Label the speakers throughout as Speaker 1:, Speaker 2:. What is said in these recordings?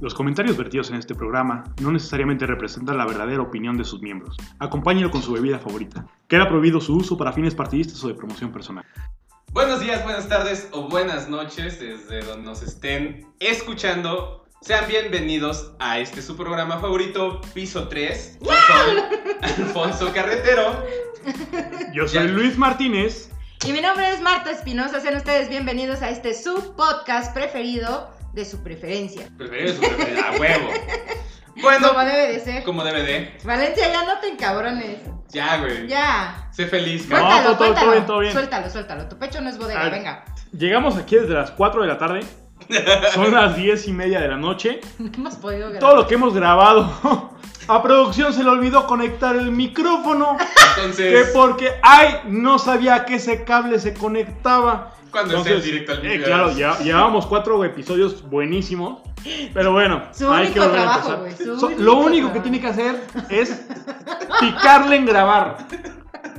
Speaker 1: Los comentarios vertidos en este programa no necesariamente representan la verdadera opinión de sus miembros. Acompáñenlo con su bebida favorita. Queda prohibido su uso para fines partidistas o de promoción personal.
Speaker 2: Buenos días, buenas tardes o buenas noches desde donde nos estén escuchando. Sean bienvenidos a este su programa favorito, Piso 3. Yo soy Alfonso Carretero.
Speaker 1: Yo soy
Speaker 2: Ya.
Speaker 1: Luis Martínez.
Speaker 3: Y mi nombre es Marta Espinosa, sean ustedes bienvenidos a este su podcast preferido de su preferencia.
Speaker 2: Preferido su preferido, a huevo. Bueno,
Speaker 3: Como debe de ser.
Speaker 2: como debe de.
Speaker 3: Valencia, ya no te encabrones.
Speaker 2: Ya, güey.
Speaker 3: Ya.
Speaker 2: Sé feliz,
Speaker 1: No,
Speaker 2: cabrón.
Speaker 3: Cuéntalo,
Speaker 1: todo- todo
Speaker 3: cuéntalo.
Speaker 1: bien, todo bien.
Speaker 3: Suéltalo, suéltalo. Tu pecho no es bodega,
Speaker 1: Ah.
Speaker 3: venga.
Speaker 1: Llegamos aquí desde las 4 de la tarde. Son las 10 y media de la noche.
Speaker 3: No hemos podido grabar.
Speaker 1: Todo lo que hemos grabado. A producción se le olvidó conectar el micrófono. Que
Speaker 2: Entonces,
Speaker 1: porque, ay, no sabía que ese cable se conectaba.
Speaker 2: cuando estés directo al
Speaker 1: eh,
Speaker 2: video.
Speaker 1: claro, ya, llevábamos cuatro episodios buenísimos. Pero bueno,
Speaker 3: Su
Speaker 1: hay
Speaker 3: único
Speaker 1: que volver a
Speaker 3: trabajo,
Speaker 1: empezar.
Speaker 3: güey, su
Speaker 1: So-
Speaker 3: único
Speaker 1: lo único que
Speaker 3: trabajo.
Speaker 1: tiene que hacer es picarle en grabar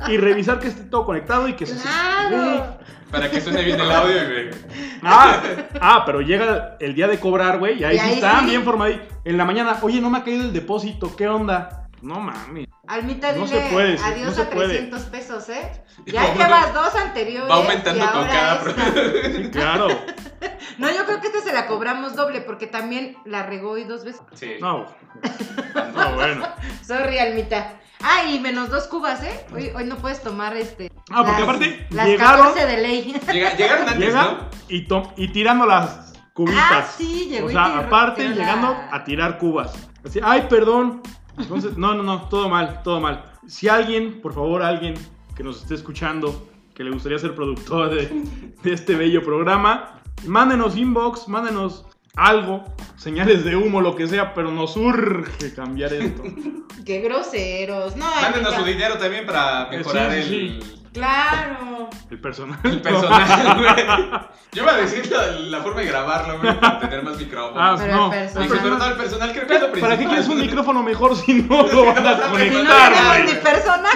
Speaker 1: y revisar que esté todo conectado y que se.
Speaker 3: Claro.
Speaker 2: Para que suene bien el audio, güey.
Speaker 1: Ah, ah, pero llega el día de cobrar, güey, y ahí
Speaker 3: Y
Speaker 1: sí
Speaker 3: ahí
Speaker 1: está
Speaker 3: sí.
Speaker 1: bien formado. En la mañana, oye, no me ha caído el depósito, ¿qué onda? No mames.
Speaker 3: Almita,
Speaker 1: No
Speaker 3: dile
Speaker 1: se puede, sí,
Speaker 3: adiós
Speaker 1: no se
Speaker 3: a
Speaker 1: puede.
Speaker 3: 300 pesos, ¿eh?
Speaker 2: Y
Speaker 3: Ya
Speaker 2: va
Speaker 3: llevas
Speaker 2: aumentando-
Speaker 3: dos anteriores.
Speaker 2: Va aumentando
Speaker 3: y
Speaker 2: con
Speaker 3: ahora
Speaker 2: cada.
Speaker 3: esta.
Speaker 2: pro-
Speaker 1: Sí, claro.
Speaker 3: No, yo creo que esta se la cobramos doble porque también la regó hoy dos veces.
Speaker 2: Sí.
Speaker 1: No. No, bueno.
Speaker 3: Sorry, Almita. Ah, y menos dos cubas, ¿eh? Hoy, hoy no puedes tomar este.
Speaker 1: Ah, porque
Speaker 3: las-
Speaker 1: aparte
Speaker 3: Las
Speaker 1: llegaron-
Speaker 3: 14 de ley.
Speaker 2: Llega- llegaron antes,
Speaker 1: Llega
Speaker 2: ¿no?
Speaker 1: y, to- y tirando las cubitas.
Speaker 3: Ah, sí, llegó
Speaker 1: O
Speaker 3: y
Speaker 1: sea,
Speaker 3: tiró-
Speaker 1: aparte
Speaker 3: tiró la-
Speaker 1: llegando a tirar cubas. Así, ay, perdón. Entonces, no, no, no, todo mal, todo mal. Si alguien, por favor, alguien que nos esté escuchando, que le gustaría ser productor de, de este bello programa, mándenos inbox, mándenos algo, señales de humo, lo que sea, pero nos urge cambiar esto.
Speaker 3: Qué groseros. No,
Speaker 2: Mándenos
Speaker 3: Almita.
Speaker 2: su dinero también para
Speaker 1: Eh,
Speaker 2: mejorar
Speaker 1: sí, sí,
Speaker 2: el,
Speaker 3: Claro.
Speaker 1: El personal.
Speaker 2: el personaje, güey. Yo iba a decir la, la forma de grabarlo, güey, para tener más
Speaker 1: Ah,
Speaker 2: micrófonos.
Speaker 3: Pero
Speaker 1: no.
Speaker 3: el personal.
Speaker 2: Dije, pero no, el personal creo que es lo principal.
Speaker 1: ¿Para qué quieres un micrófono mejor si no lo vas a
Speaker 2: Si
Speaker 3: Si no
Speaker 1: conectar,
Speaker 3: llegaron ni
Speaker 1: güey?
Speaker 3: persona.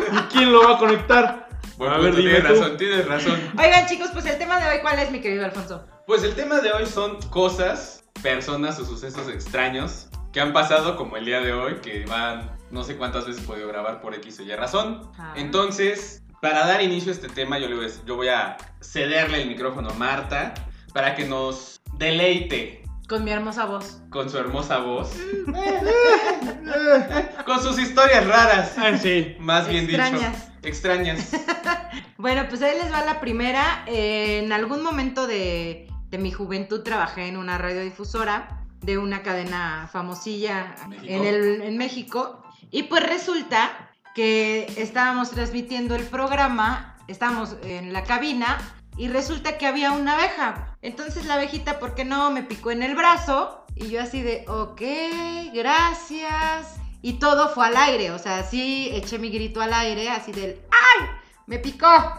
Speaker 1: ¿Y quién lo va a conectar?
Speaker 2: Buen
Speaker 1: a
Speaker 2: punto,
Speaker 1: ver, dime
Speaker 2: pues, tienes
Speaker 1: tú.
Speaker 2: razón, tienes razón.
Speaker 3: Oigan, chicos, pues el tema de hoy, ¿cuál es, mi querido Alfonso?
Speaker 2: Pues el tema de hoy son cosas, personas o sucesos extraños que han pasado como el día de hoy, que van no sé cuántas veces he podido grabar por X o Y razón.
Speaker 3: Ah.
Speaker 2: Entonces, para dar inicio a este tema, yo, le voy, a- yo voy a cederle el micrófono a Marta para que nos deleite
Speaker 3: Con mi hermosa voz.
Speaker 2: con su hermosa voz, con sus historias raras.
Speaker 1: Ah, sí.
Speaker 2: Más bien
Speaker 3: Extrañas.
Speaker 2: dicho. Extrañas.
Speaker 3: Bueno, pues ahí les va la primera. Eh, en algún momento de, de mi juventud trabajé en una radiodifusora de una cadena famosilla
Speaker 2: ¿México?
Speaker 3: en, el- en México. Y pues resulta que estábamos transmitiendo el programa, estábamos en la cabina y resulta que había una abeja. Entonces la abejita, ¿por qué no? Me picó en el brazo y yo así de, ok, gracias. Y todo fue al aire, o sea, sí eché mi grito al aire, así del, me picó.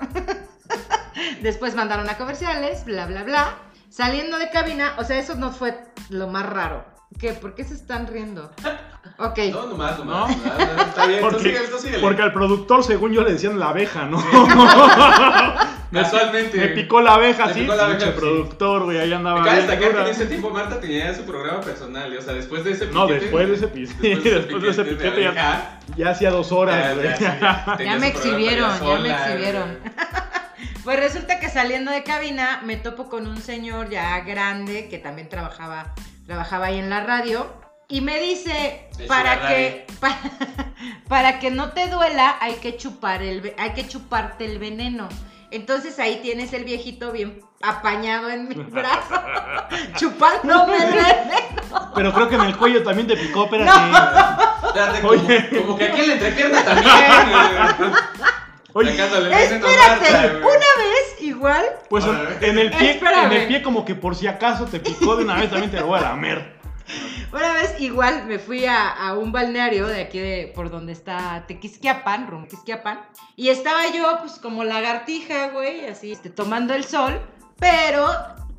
Speaker 3: Después mandaron a comerciales, bla, bla, bla. Saliendo de cabina, o sea, eso no fue lo más raro. ¿Qué? ¿Por qué se están riendo? Ok.
Speaker 2: No, nomás, nomás. nomás, Está bien, tú
Speaker 1: Porque,
Speaker 2: síguele, tú síguele.
Speaker 1: porque al productor, según yo, le decían la abeja, ¿no?
Speaker 2: Casualmente.
Speaker 1: Me picó la abeja,
Speaker 2: Me
Speaker 1: sí.
Speaker 2: picó la abeja,
Speaker 1: Pinche
Speaker 2: sí.
Speaker 1: productor, güey, ahí andaba.
Speaker 2: Cabe
Speaker 1: bien
Speaker 2: destacar que
Speaker 1: dura.
Speaker 2: en ese tiempo Marta tenía su programa personal. y, O sea, después de ese
Speaker 1: No, después de ese pis- sí, después de ese piquete ya-
Speaker 2: ya.
Speaker 1: Ya hacía dos horas, güey.
Speaker 3: Ya me exhibieron, ya me exhibieron. Pues resulta que saliendo de cabina me topo con un señor ya grande que también trabajaba, trabajaba ahí en la radio y me dice
Speaker 2: De hecho, la
Speaker 3: para que pa- para, que no te duela hay que chupar el ve- hay que chuparte el veneno. Entonces ahí tienes el viejito bien apañado en mi brazo chupándome el veneno.
Speaker 1: Pero creo que en el cuello también te picó, espérate.
Speaker 2: Date como,
Speaker 1: Oye.
Speaker 2: como que aquí en la entrepierna también.
Speaker 1: Oye,
Speaker 3: Espérate, una vez igual
Speaker 1: pues en,
Speaker 2: Ahora,
Speaker 1: en el pie, en
Speaker 3: Espérame.
Speaker 1: el pie como que por si acaso te picó de una vez también te lo voy a lamer.
Speaker 3: Una vez igual me fui a, a un balneario de aquí de por donde está Tequisquiapan, rumbo a Tequisquiapan, y estaba yo pues como lagartija, güey, así este, tomando el sol, pero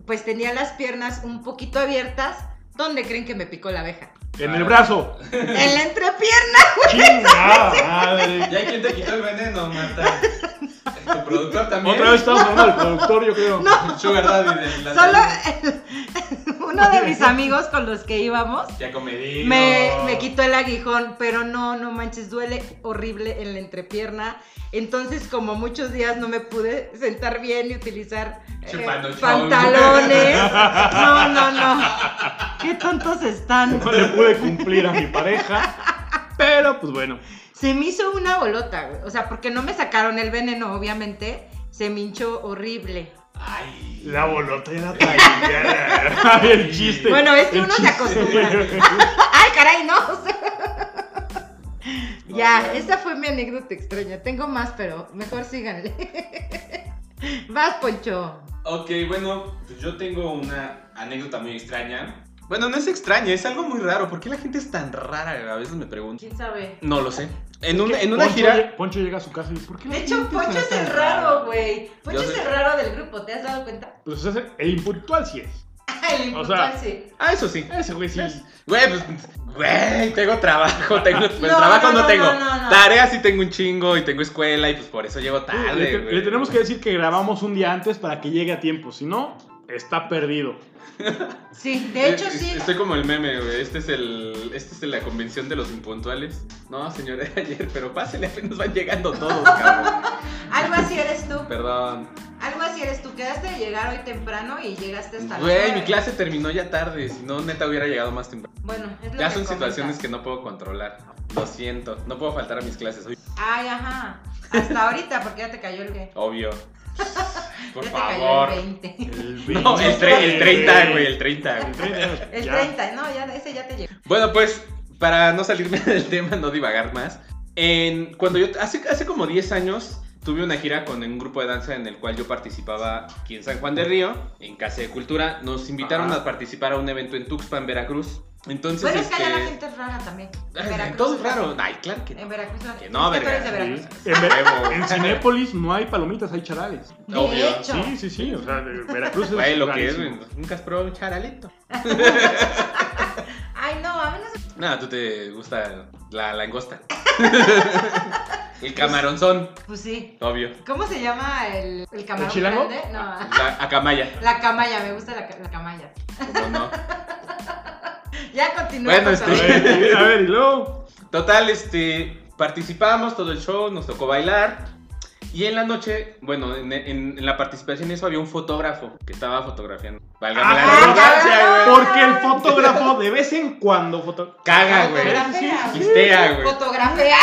Speaker 3: pues tenía las piernas un poquito abiertas. ¿Dónde creen que me picó la abeja?
Speaker 1: En el brazo.
Speaker 3: En la entrepierna.
Speaker 1: Chingada madre.
Speaker 2: Ya hay quien te quitó el veneno, Marta. Tu productor también.
Speaker 1: Otra vez estamos hablando del productor, yo creo.
Speaker 2: Sugar Daddy de la
Speaker 3: Solo uno de mis amigos con los que íbamos
Speaker 2: Ya comedí.
Speaker 3: eh, me, me quitó el aguijón, pero no, no manches, duele horrible en la entrepierna. Entonces, como muchos días no me pude sentar bien y utilizar eh,
Speaker 2: Che, pando-
Speaker 3: pantalones. No, no, no. Qué tontos están.
Speaker 1: No le pude cumplir a mi pareja. Pero pues bueno.
Speaker 3: Se me hizo una bolota, güey. O sea, porque no me sacaron el veneno, obviamente. Se me hinchó horrible.
Speaker 2: Ay.
Speaker 1: La bolota y la traidera. el chiste.
Speaker 3: Bueno, es que
Speaker 1: el
Speaker 3: uno se
Speaker 1: chiste.
Speaker 3: acostumbra. ¡Ay, caray, no! o sea. ya,
Speaker 2: bueno.
Speaker 3: esta fue mi anécdota extraña. Tengo más, pero mejor síganle. Vas, Poncho.
Speaker 2: Ok, bueno, pues yo tengo una anécdota muy extraña. Bueno, no es extraña, es algo muy raro. ¿Por qué la gente es tan rara? A veces me pregunto.
Speaker 3: ¿Quién sabe?
Speaker 2: No lo sé. En, un- en una
Speaker 1: Poncho
Speaker 2: gira.
Speaker 1: lle- Poncho llega a su casa y dice, ¿por qué la
Speaker 3: De hecho,
Speaker 1: gente
Speaker 3: Poncho
Speaker 1: está
Speaker 3: es
Speaker 1: tan
Speaker 3: el
Speaker 1: rara?"
Speaker 3: raro, güey. Poncho
Speaker 2: Yo
Speaker 3: es
Speaker 2: sé.
Speaker 3: el raro del grupo, ¿te has dado cuenta? Ah,
Speaker 1: Pues o sea, el impuntual sí es.
Speaker 3: El
Speaker 1: O sea,
Speaker 3: impuntual, sí.
Speaker 2: Ah, eso sí.
Speaker 1: Ese güey sí.
Speaker 2: Güey, pues, güey, tengo trabajo, tengo, pues
Speaker 3: No,
Speaker 2: trabajo
Speaker 3: no,
Speaker 2: no,
Speaker 3: no,
Speaker 2: tengo,
Speaker 3: no, no.
Speaker 2: tareas sí tengo un chingo y tengo escuela y pues por eso llego
Speaker 1: Le,
Speaker 2: tarde,
Speaker 1: te-
Speaker 2: güey.
Speaker 1: le tenemos que decir que grabamos un día antes para que llegue a tiempo. Si no, está perdido.
Speaker 3: Sí, de hecho
Speaker 2: Eh,
Speaker 3: sí.
Speaker 2: Estoy como el meme, güey. Este es el, este es la convención de los impuntuales. No, señora, era ayer, pero pásele, apenas van llegando todos, cabrón.
Speaker 3: Algo así eres tú.
Speaker 2: Perdón.
Speaker 3: Algo así eres tú. Quedaste de llegar hoy temprano y llegaste hasta las
Speaker 2: Güey,
Speaker 3: nueve.
Speaker 2: mi clase terminó ya tarde, si no neta hubiera llegado más temprano.
Speaker 3: Bueno, es lo
Speaker 2: Ya
Speaker 3: que
Speaker 2: son situaciones
Speaker 3: comentas.
Speaker 2: que no puedo controlar. Lo siento, no puedo faltar a mis clases, soy
Speaker 3: Ay, ajá. Hasta ahorita, porque ya te cayó el que.
Speaker 2: obvio. Por
Speaker 3: ya te
Speaker 2: favor.
Speaker 3: cayó el 20.
Speaker 1: El
Speaker 2: No, el, tre- el 30, güey, el 30. güey.
Speaker 1: El 30.
Speaker 3: El
Speaker 1: ya.
Speaker 3: 30, no, ya, ese ya te llegó.
Speaker 2: Bueno, pues, para no salirme del tema, no divagar más. En, cuando yo, hace, hace como 10 años, tuve una gira con un grupo de danza en el cual yo participaba aquí en San Juan del Río, en Casa de Cultura. Nos invitaron
Speaker 1: Ajá.
Speaker 2: a participar a un evento en Tuxpan, Veracruz. Entonces,
Speaker 3: Bueno, es que
Speaker 2: este,
Speaker 3: allá la gente es rara también.
Speaker 2: ay,
Speaker 3: En Veracruz.
Speaker 2: todo es raro. Ay, claro que no.
Speaker 3: En Veracruz.
Speaker 2: Que no,
Speaker 3: es que tú eres de
Speaker 2: verga.
Speaker 1: Sí.
Speaker 3: Veracruz.
Speaker 1: En, Ver-
Speaker 2: Huevo.
Speaker 1: en Cinépolis no hay palomitas, hay charales.
Speaker 3: De
Speaker 2: Obvio.
Speaker 3: hecho.
Speaker 1: Sí, sí, sí. O sea, de- Veracruz es.
Speaker 2: Güey, lo que es,
Speaker 1: rarísimo.
Speaker 2: güey, nunca has probado un charalito.
Speaker 3: Ay, no, a mí no se-
Speaker 2: Nada, tú te gusta la langosta. el camaronzón,
Speaker 3: Pues sí.
Speaker 2: obvio.
Speaker 3: ¿Cómo se llama el, el camarón
Speaker 1: ¿El chilango?
Speaker 3: grande? No.
Speaker 2: La acamaya,
Speaker 3: La camaya, me gusta la, ca- la camaya.
Speaker 2: como no.
Speaker 3: Ya continúa.
Speaker 2: Bueno,
Speaker 3: por
Speaker 2: este-
Speaker 1: A
Speaker 3: favor.
Speaker 1: ver, a ver, y luego.
Speaker 2: Total, este, participamos todo el show, nos tocó bailar. Y en la noche, bueno, en, en- en la participación en eso había un fotógrafo que estaba fotografiando. Válgame la
Speaker 1: Ah,
Speaker 2: redundancia, güey.
Speaker 1: Porque el fotógrafo de vez en cuando foto-
Speaker 2: Caga, güey.
Speaker 3: Fotografea.
Speaker 2: Quistea, güey.
Speaker 3: Fotografea.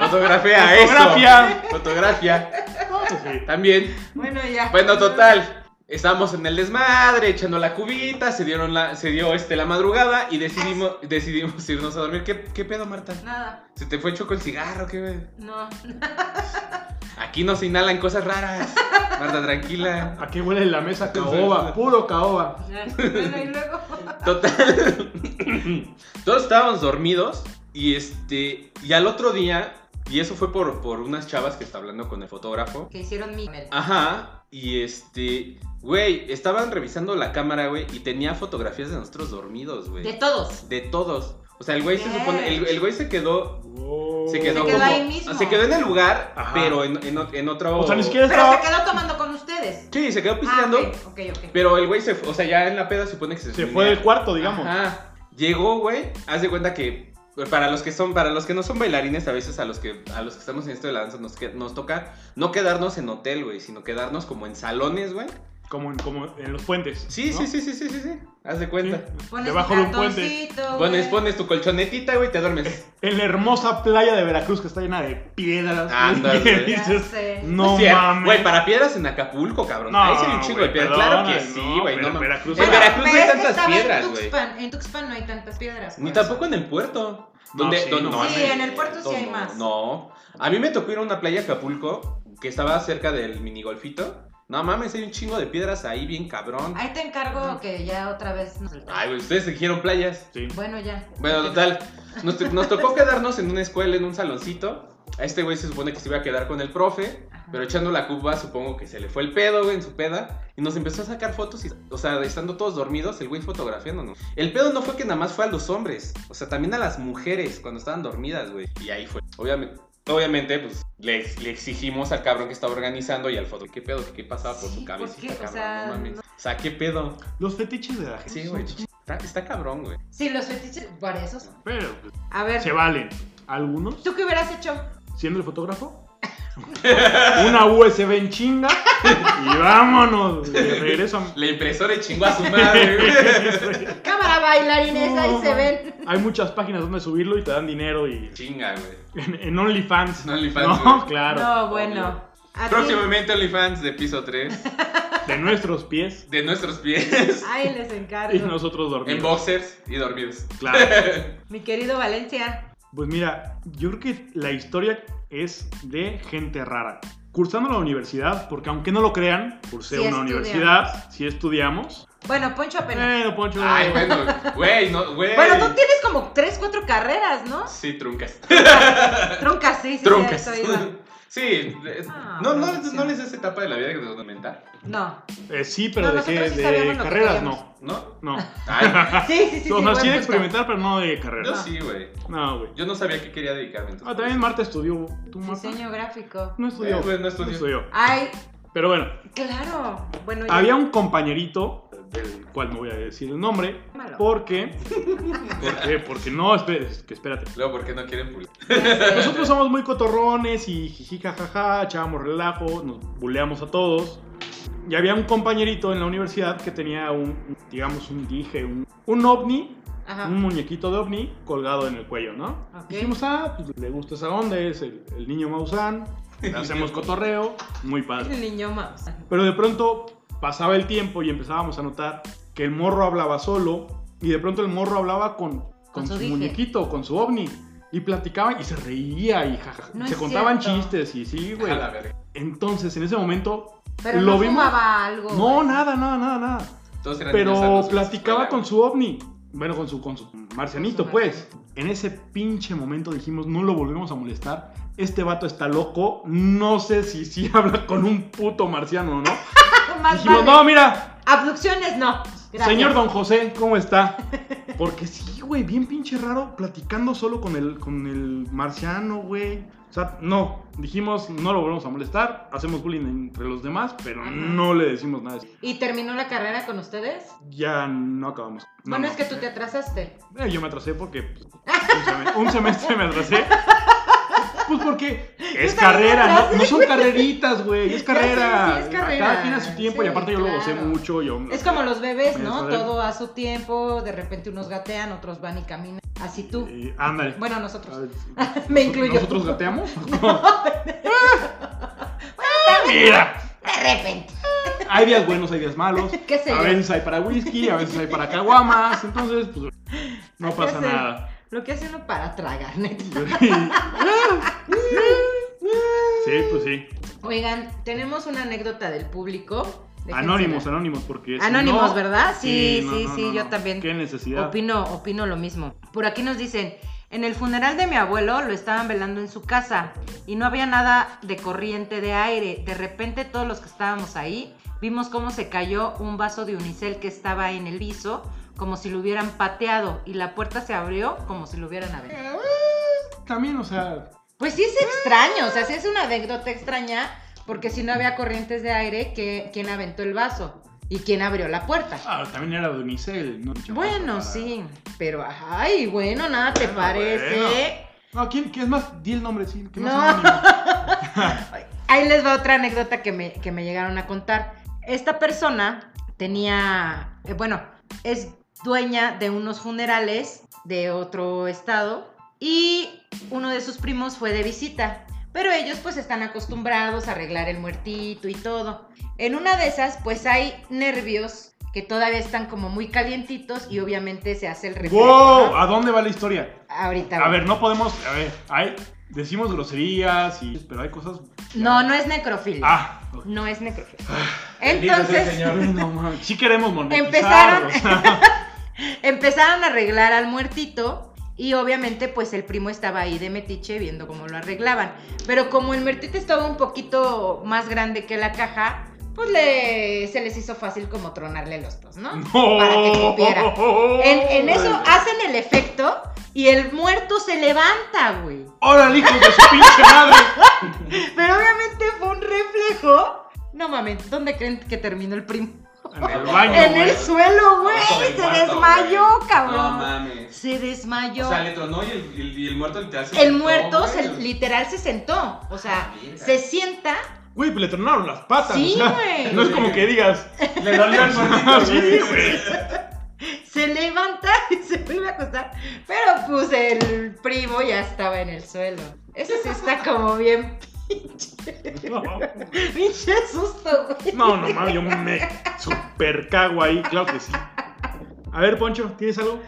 Speaker 2: Fotografea eso.
Speaker 1: Fotografía.
Speaker 2: Fotografía.
Speaker 1: Pues sí.
Speaker 2: También.
Speaker 3: Bueno, ya.
Speaker 2: Bueno, total. Estamos en el desmadre, echando la cubita, se dieron la, se dio este la madrugada y decidimos, decidimos irnos a dormir. ¿Qué, qué pedo, Marta?
Speaker 3: Nada.
Speaker 2: ¿Se te fue choco el cigarro? ¿Qué güey?
Speaker 3: No.
Speaker 2: Aquí no se inhalan cosas raras. Marta, tranquila.
Speaker 1: ¿A qué huele la mesa caoba? Puro caoba.
Speaker 3: Ya. Bueno, y luego.
Speaker 2: Total. Todos estábamos dormidos y este y al otro día y eso fue por por unas chavas que está hablando con el fotógrafo.
Speaker 3: Que hicieron mi.
Speaker 2: Ah, Ajá, y este güey, estaban revisando la cámara, güey, y tenía fotografías de nosotros dormidos,
Speaker 3: De
Speaker 2: güey.
Speaker 3: todos.
Speaker 2: De todos. O sea, el güey se
Speaker 3: Bien.
Speaker 2: supone el, el güey se quedó se quedó,
Speaker 3: Se quedó
Speaker 2: como-
Speaker 3: ahí mismo.
Speaker 2: se quedó en el lugar,
Speaker 1: Ajá.
Speaker 2: pero en, en, o- en otro
Speaker 1: O sea, ni siquiera
Speaker 3: Pero se
Speaker 1: estaba.
Speaker 3: quedó tomando con ustedes.
Speaker 2: Sí, se quedó
Speaker 3: Ah,
Speaker 2: pisteando,
Speaker 3: ok, ok, ok.
Speaker 2: pero el güey se fu- o sea, ya en la peda supone que se
Speaker 1: Se fue
Speaker 2: suicidó.
Speaker 1: del cuarto, digamos.
Speaker 2: Ajá. Llegó, güey. Haz de cuenta que para los que son, para los que no son bailarines, a veces a los que a los que estamos en esto de la danza nos, que- nos toca no quedarnos en hotel, güey, sino quedarnos como en salones, güey.
Speaker 1: Como, en, como en los puentes.
Speaker 2: Sí,
Speaker 1: ¿no?
Speaker 2: sí, sí, sí, sí, sí, sí. Haz de cuenta.
Speaker 3: Pones
Speaker 1: Debajo de
Speaker 3: tu
Speaker 1: un puente.
Speaker 3: cartoncito, güey.
Speaker 2: Pones, pones tu colchonetita, güey, te duermes.
Speaker 1: En la hermosa playa de Veracruz que está llena de piedras.
Speaker 2: Ándale.
Speaker 1: Y
Speaker 3: Ya
Speaker 1: dices,
Speaker 3: sé.
Speaker 1: No
Speaker 2: es cierto.
Speaker 1: mames.
Speaker 2: Güey, para piedras en Acapulco, cabrón. Ahí sí hay un chingo de
Speaker 1: güey,
Speaker 2: piedras.
Speaker 1: perdona,
Speaker 2: Claro que sí, güey.
Speaker 1: pero
Speaker 2: No, mames.
Speaker 1: Veracruz.
Speaker 2: En
Speaker 3: Bueno,
Speaker 2: Veracruz no
Speaker 3: pero
Speaker 2: hay
Speaker 3: es que
Speaker 2: tantas
Speaker 3: estaba
Speaker 2: piedras,
Speaker 3: en
Speaker 2: güey.
Speaker 3: Tuxpan. En Tuxpan no hay tantas piedras.
Speaker 2: Ni
Speaker 3: güey.
Speaker 2: tampoco en el puerto.
Speaker 1: No,
Speaker 2: Donde,
Speaker 1: sí, no.
Speaker 2: donde-
Speaker 3: Sí,
Speaker 2: mames,
Speaker 3: en el puerto sí
Speaker 2: no,
Speaker 3: hay más.
Speaker 2: No. A mí me tocó ir a una playa Acapulco que estaba cerca del minigolfito. No mames, hay un chingo de piedras ahí, bien cabrón.
Speaker 3: Ahí te encargo que ya otra vez nos
Speaker 2: Ay, güey, ustedes dijeron playas.
Speaker 1: Sí.
Speaker 3: Bueno, ya.
Speaker 2: Bueno, total. Nos, to- nos tocó quedarnos en una escuela, en un saloncito. A este güey se supone que se iba a quedar con el profe.
Speaker 3: Ajá.
Speaker 2: Pero echando la cuba, supongo que se le fue el pedo, güey, en su peda. Y nos empezó a sacar fotos. Y, o sea, estando todos dormidos, el güey fotografiándonos. El pedo no fue que nada más fue a los hombres. O sea, también a las mujeres cuando estaban dormidas, güey. Y ahí fue. Obviamente. Obviamente, pues le, ex- le exigimos al cabrón que estaba organizando y al fotógrafo. ¿Qué pedo? ¿Qué pasaba por
Speaker 3: Sí,
Speaker 2: su cabecita,
Speaker 3: ¿por qué? O
Speaker 2: cabrón?
Speaker 3: sea,
Speaker 2: no mames.
Speaker 3: no-
Speaker 2: O sea, ¿qué pedo?
Speaker 1: Los fetiches de la gente.
Speaker 2: Sí,
Speaker 1: son
Speaker 2: güey.
Speaker 1: chidos,
Speaker 2: Está, está cabrón, güey.
Speaker 3: Sí, los fetiches, por esos.
Speaker 1: Pero pues,
Speaker 3: A ver,
Speaker 1: se valen. Algunos,
Speaker 3: ¿tú qué hubieras hecho?
Speaker 1: siendo el fotógrafo, una USB en chinga y vámonos. De regreso a-
Speaker 2: La impresora y chingó a su madre, güey.
Speaker 3: Cámara bailarines, ahí
Speaker 1: No,
Speaker 3: se ven.
Speaker 1: Hay muchas páginas donde subirlo y te dan dinero y
Speaker 2: Chinga, güey.
Speaker 1: en, en OnlyFans.
Speaker 2: En OnlyFans,
Speaker 1: No,
Speaker 2: güey.
Speaker 1: claro.
Speaker 3: No, bueno. ¿A ti?
Speaker 2: Próximamente OnlyFans de piso 3.
Speaker 1: De nuestros pies
Speaker 2: De nuestros pies.
Speaker 3: Ahí les encargo.
Speaker 1: y nosotros
Speaker 2: En
Speaker 1: dormimos.
Speaker 2: boxers y dormidos.
Speaker 1: Claro.
Speaker 3: Mi querido Valencia.
Speaker 1: Pues mira, yo creo que la historia es de gente rara. Cursando la universidad, porque aunque no lo crean, cursé
Speaker 3: Sí
Speaker 1: una
Speaker 3: estudiamos.
Speaker 1: universidad, si estudiamos.
Speaker 3: Bueno, Poncho apenas.
Speaker 1: Bueno, Poncho.
Speaker 2: Ay, bueno, güey, no,
Speaker 1: Eh.
Speaker 2: güey.
Speaker 3: Bueno, tú tienes como tres, cuatro carreras, ¿no?
Speaker 2: Sí, truncas.
Speaker 3: Truncas, sí, sí.
Speaker 2: truncas.
Speaker 3: cierto, iba.
Speaker 2: Sí, es-
Speaker 3: Ah,
Speaker 2: no, no,
Speaker 3: sí.
Speaker 2: no les es etapa de la vida que nos comentar,
Speaker 3: No.
Speaker 1: Eh, sí, pero
Speaker 3: No,
Speaker 1: de, qué?
Speaker 3: nosotros sí
Speaker 1: de
Speaker 3: sabíamos lo que
Speaker 1: carreras
Speaker 3: queríamos.
Speaker 1: no.
Speaker 2: ¿no?
Speaker 1: No.
Speaker 2: Ay,
Speaker 1: Ah,
Speaker 3: Sí, pues, sí, sí.
Speaker 1: o sea,
Speaker 3: sí,
Speaker 1: sí de
Speaker 3: buen punto.
Speaker 1: experimentar, pero no de
Speaker 2: yo
Speaker 1: carreras.
Speaker 2: sí, güey.
Speaker 1: No, güey.
Speaker 2: Yo no sabía que quería dedicarme. entonces,
Speaker 1: Ah, también Marta estudió. ¿Tú, Marta?
Speaker 3: Diseño gráfico.
Speaker 1: No estudió.
Speaker 2: Eh, pues, no estudió.
Speaker 3: Ay,
Speaker 1: Pero bueno,
Speaker 3: claro. Bueno, yo-
Speaker 1: había un compañerito, del cual no voy a decir el nombre,
Speaker 3: Malo.
Speaker 1: porque... Porque, porque no, espé- es que espérate.
Speaker 2: Luego, ¿por qué no quieren publicar?
Speaker 1: Nosotros somos muy cotorrones y jiji jajaja, echábamos relajo, nos buleamos a todos. Y había un compañerito en la universidad que tenía un, digamos, un dije, un, un ovni,
Speaker 3: Ajá.
Speaker 1: un muñequito de ovni colgado en el cuello, ¿no?
Speaker 3: Ah. Ok.
Speaker 1: Dijimos, ah, pues le gusta esa onda, es el, el niño Maussan, le hacemos cotorreo, muy padre.
Speaker 3: El niño más.
Speaker 1: Pero de pronto pasaba el tiempo y empezábamos a notar que el morro hablaba solo y de pronto el morro hablaba con, con
Speaker 3: Con su
Speaker 1: su,
Speaker 3: dije.
Speaker 1: muñequito, con su ovni. Y platicaban y se reía y jajaja.
Speaker 3: No
Speaker 1: se
Speaker 3: es
Speaker 1: contaban
Speaker 3: cierto.
Speaker 1: chistes y sí, güey.
Speaker 2: A la verga.
Speaker 1: Entonces, en ese momento,
Speaker 3: Pero
Speaker 1: Lo
Speaker 3: no
Speaker 1: vimos.
Speaker 3: fumaba algo.
Speaker 1: no,
Speaker 3: güey.
Speaker 1: nada, nada, nada, nada.
Speaker 2: Todos eran niños
Speaker 1: Pero
Speaker 2: sanos, güey,
Speaker 1: platicaba
Speaker 2: escuela,
Speaker 1: con su ovni. Bueno, con su, con su marcianito,
Speaker 3: Con su
Speaker 1: pues. En ese pinche momento dijimos, no lo volvemos a molestar. Este vato está loco. No sé si sí habla con un puto marciano o no.
Speaker 3: Más
Speaker 1: Dijimos,
Speaker 3: vale.
Speaker 1: no, mira,
Speaker 3: Abducciones no. Gracias.
Speaker 1: Señor Don José, ¿cómo está? Porque sí, güey, bien pinche raro platicando solo con el, con el marciano, güey. O sea, no, dijimos, no lo volvemos a molestar, hacemos bullying entre los demás, pero
Speaker 3: Ajá.
Speaker 1: no le decimos nada.
Speaker 3: ¿Y terminó la carrera con ustedes?
Speaker 1: Ya no acabamos. No,
Speaker 3: bueno,
Speaker 1: no.
Speaker 3: es que tú te atrasaste.
Speaker 1: Eh, yo me atrasé porque pues, un, semestre, un semestre me atrasé. Pues porque es
Speaker 3: Yo también me
Speaker 1: carrera,
Speaker 3: atrasé.
Speaker 1: no, no son carreritas, güey, es
Speaker 3: Ya sé,
Speaker 1: carrera.
Speaker 3: sí, es carrera.
Speaker 1: Cada quien a su tiempo y
Speaker 3: Sí,
Speaker 1: aparte yo lo gocé
Speaker 3: claro.
Speaker 1: mucho. Yo,
Speaker 3: Es como los bebés, ¿no?
Speaker 1: Eso es.
Speaker 3: Todo a su tiempo, de repente unos gatean, otros van y caminan. Así tú.
Speaker 1: Eh, ándale.
Speaker 3: Bueno, nosotros.
Speaker 1: A ver,
Speaker 3: Me
Speaker 1: ¿nos-
Speaker 3: incluyo.
Speaker 1: ¿Nosotros gateamos? Ah, Mira,
Speaker 3: De repente.
Speaker 1: hay días buenos, hay días malos.
Speaker 3: ¿Qué sé
Speaker 1: A
Speaker 3: yo?
Speaker 1: veces hay para whisky, a veces hay para caguamas. Entonces, pues, no
Speaker 3: ¿Qué
Speaker 1: pasa
Speaker 3: hacer?
Speaker 1: nada.
Speaker 3: Lo que hace uno para tragar, neta.
Speaker 1: Sí, pues sí.
Speaker 3: Oigan, tenemos una anécdota del público. Déjensela.
Speaker 1: Anónimos, anónimos, porque. si
Speaker 3: Anónimos,
Speaker 1: no-
Speaker 3: ¿verdad? Sí, sí,
Speaker 1: no,
Speaker 3: sí,
Speaker 1: no, no,
Speaker 3: yo
Speaker 1: no.
Speaker 3: también.
Speaker 1: Qué necesidad.
Speaker 3: Opino, opino lo mismo. Por aquí nos dicen, en el funeral de mi abuelo lo estaban velando en su casa y no había nada de corriente de aire. De repente todos los que estábamos ahí vimos cómo se cayó un vaso de unicel que estaba en el piso como si lo hubieran pateado y la puerta se abrió como si lo hubieran abierto.
Speaker 1: También, o sea,
Speaker 3: Pues sí es extraño, o sea, sí es una anécdota extraña porque si no había corrientes de aire, ¿qué- ¿quién aventó el vaso? ¿Y quién abrió la puerta?
Speaker 1: ah, también era de Unicel. ¿no?
Speaker 3: Bueno,
Speaker 1: Para-
Speaker 3: sí, pero ay, bueno, nada te
Speaker 1: Bueno,
Speaker 3: parece.
Speaker 1: No, ¿quién, ¿Qué es más? Di el nombre, sí. ¿Qué más
Speaker 3: No.
Speaker 1: anónimo?
Speaker 3: Ahí les va otra anécdota que me, que me llegaron a contar. Esta persona tenía, eh, bueno, es dueña de unos funerales de otro estado y uno de sus primos fue de visita. Pero ellos pues están acostumbrados a arreglar el muertito y todo. En una de esas pues hay nervios que todavía están como muy calientitos y obviamente se hace el reflejo.
Speaker 1: ¡Wow!
Speaker 3: ¿no?
Speaker 1: ¿A dónde va la historia?
Speaker 3: Ahorita.
Speaker 1: A ver, no podemos. A ver, hay, decimos groserías y. Pero hay cosas.
Speaker 3: No, no es necrofilia.
Speaker 1: Ah, ok.
Speaker 3: No es necrofilia.
Speaker 2: Ah, Bendito sea el
Speaker 3: Entonces
Speaker 2: Señor.
Speaker 1: Ay, no mames, sí queremos monetizar.
Speaker 3: Empezaron.
Speaker 1: o sea,
Speaker 3: empezaron a arreglar al muertito y obviamente pues el primo estaba ahí de metiche viendo cómo lo arreglaban. Pero como el muertito estaba un poquito más grande que la caja, pues le, se les hizo fácil como tronarle los dos, ¿no?
Speaker 1: no.
Speaker 3: Para que cupiera. En, en eso hacen el efecto y el muerto se levanta, güey.
Speaker 1: ¡Órale, hijos de su pinche madre!
Speaker 3: Pero obviamente fue un reflejo. No mames, ¿dónde creen que terminó el primo?
Speaker 1: En el baño,
Speaker 3: en
Speaker 1: güey.
Speaker 3: el suelo, güey.
Speaker 2: Ojo del
Speaker 3: Se
Speaker 2: Ah, muerto,
Speaker 3: desmayó,
Speaker 2: güey. No
Speaker 3: cabrón.
Speaker 2: mames.
Speaker 3: se desmayó.
Speaker 2: O sea, le tronó y el, y el- y el muerto literal se
Speaker 3: el
Speaker 2: sentó,
Speaker 3: muerto
Speaker 2: güey.
Speaker 3: se- literal se sentó. O sea,
Speaker 2: Ah, mierda.
Speaker 3: se sienta.
Speaker 1: Güey, pues le tronaron las patas.
Speaker 3: Sí,
Speaker 1: o sea,
Speaker 3: güey.
Speaker 1: No es como que digas.
Speaker 2: Le dolió el muertito,
Speaker 1: Sí,
Speaker 2: güey.
Speaker 3: se levanta y se vuelve a acostar. Pero pues el primo ya estaba en el suelo. Eso sí está como bien
Speaker 1: No,
Speaker 3: pinche susto, güey.
Speaker 1: no, no mames, yo me super cago ahí, claro que sí. A ver, Poncho, ¿tienes algo?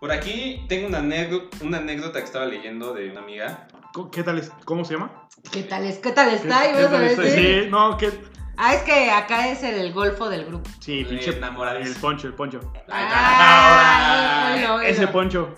Speaker 2: Por aquí tengo una anécdota, una anécdota que estaba leyendo de una amiga.
Speaker 1: Co- ¿Qué tal es? ¿Cómo se llama?
Speaker 3: ¿Qué tal es? ¿Qué tal está?
Speaker 1: ¿Qué-
Speaker 3: Y
Speaker 1: qué
Speaker 3: vas a
Speaker 1: tal está?
Speaker 3: decir.
Speaker 1: Sí, no, que.
Speaker 3: Ah, es que acá es el golfo del grupo.
Speaker 1: Sí,
Speaker 2: Eh,
Speaker 1: pinche.
Speaker 2: enamoradizo.
Speaker 1: El Poncho, el Poncho.
Speaker 3: Ah, oílo, oílo.
Speaker 1: Ese Poncho.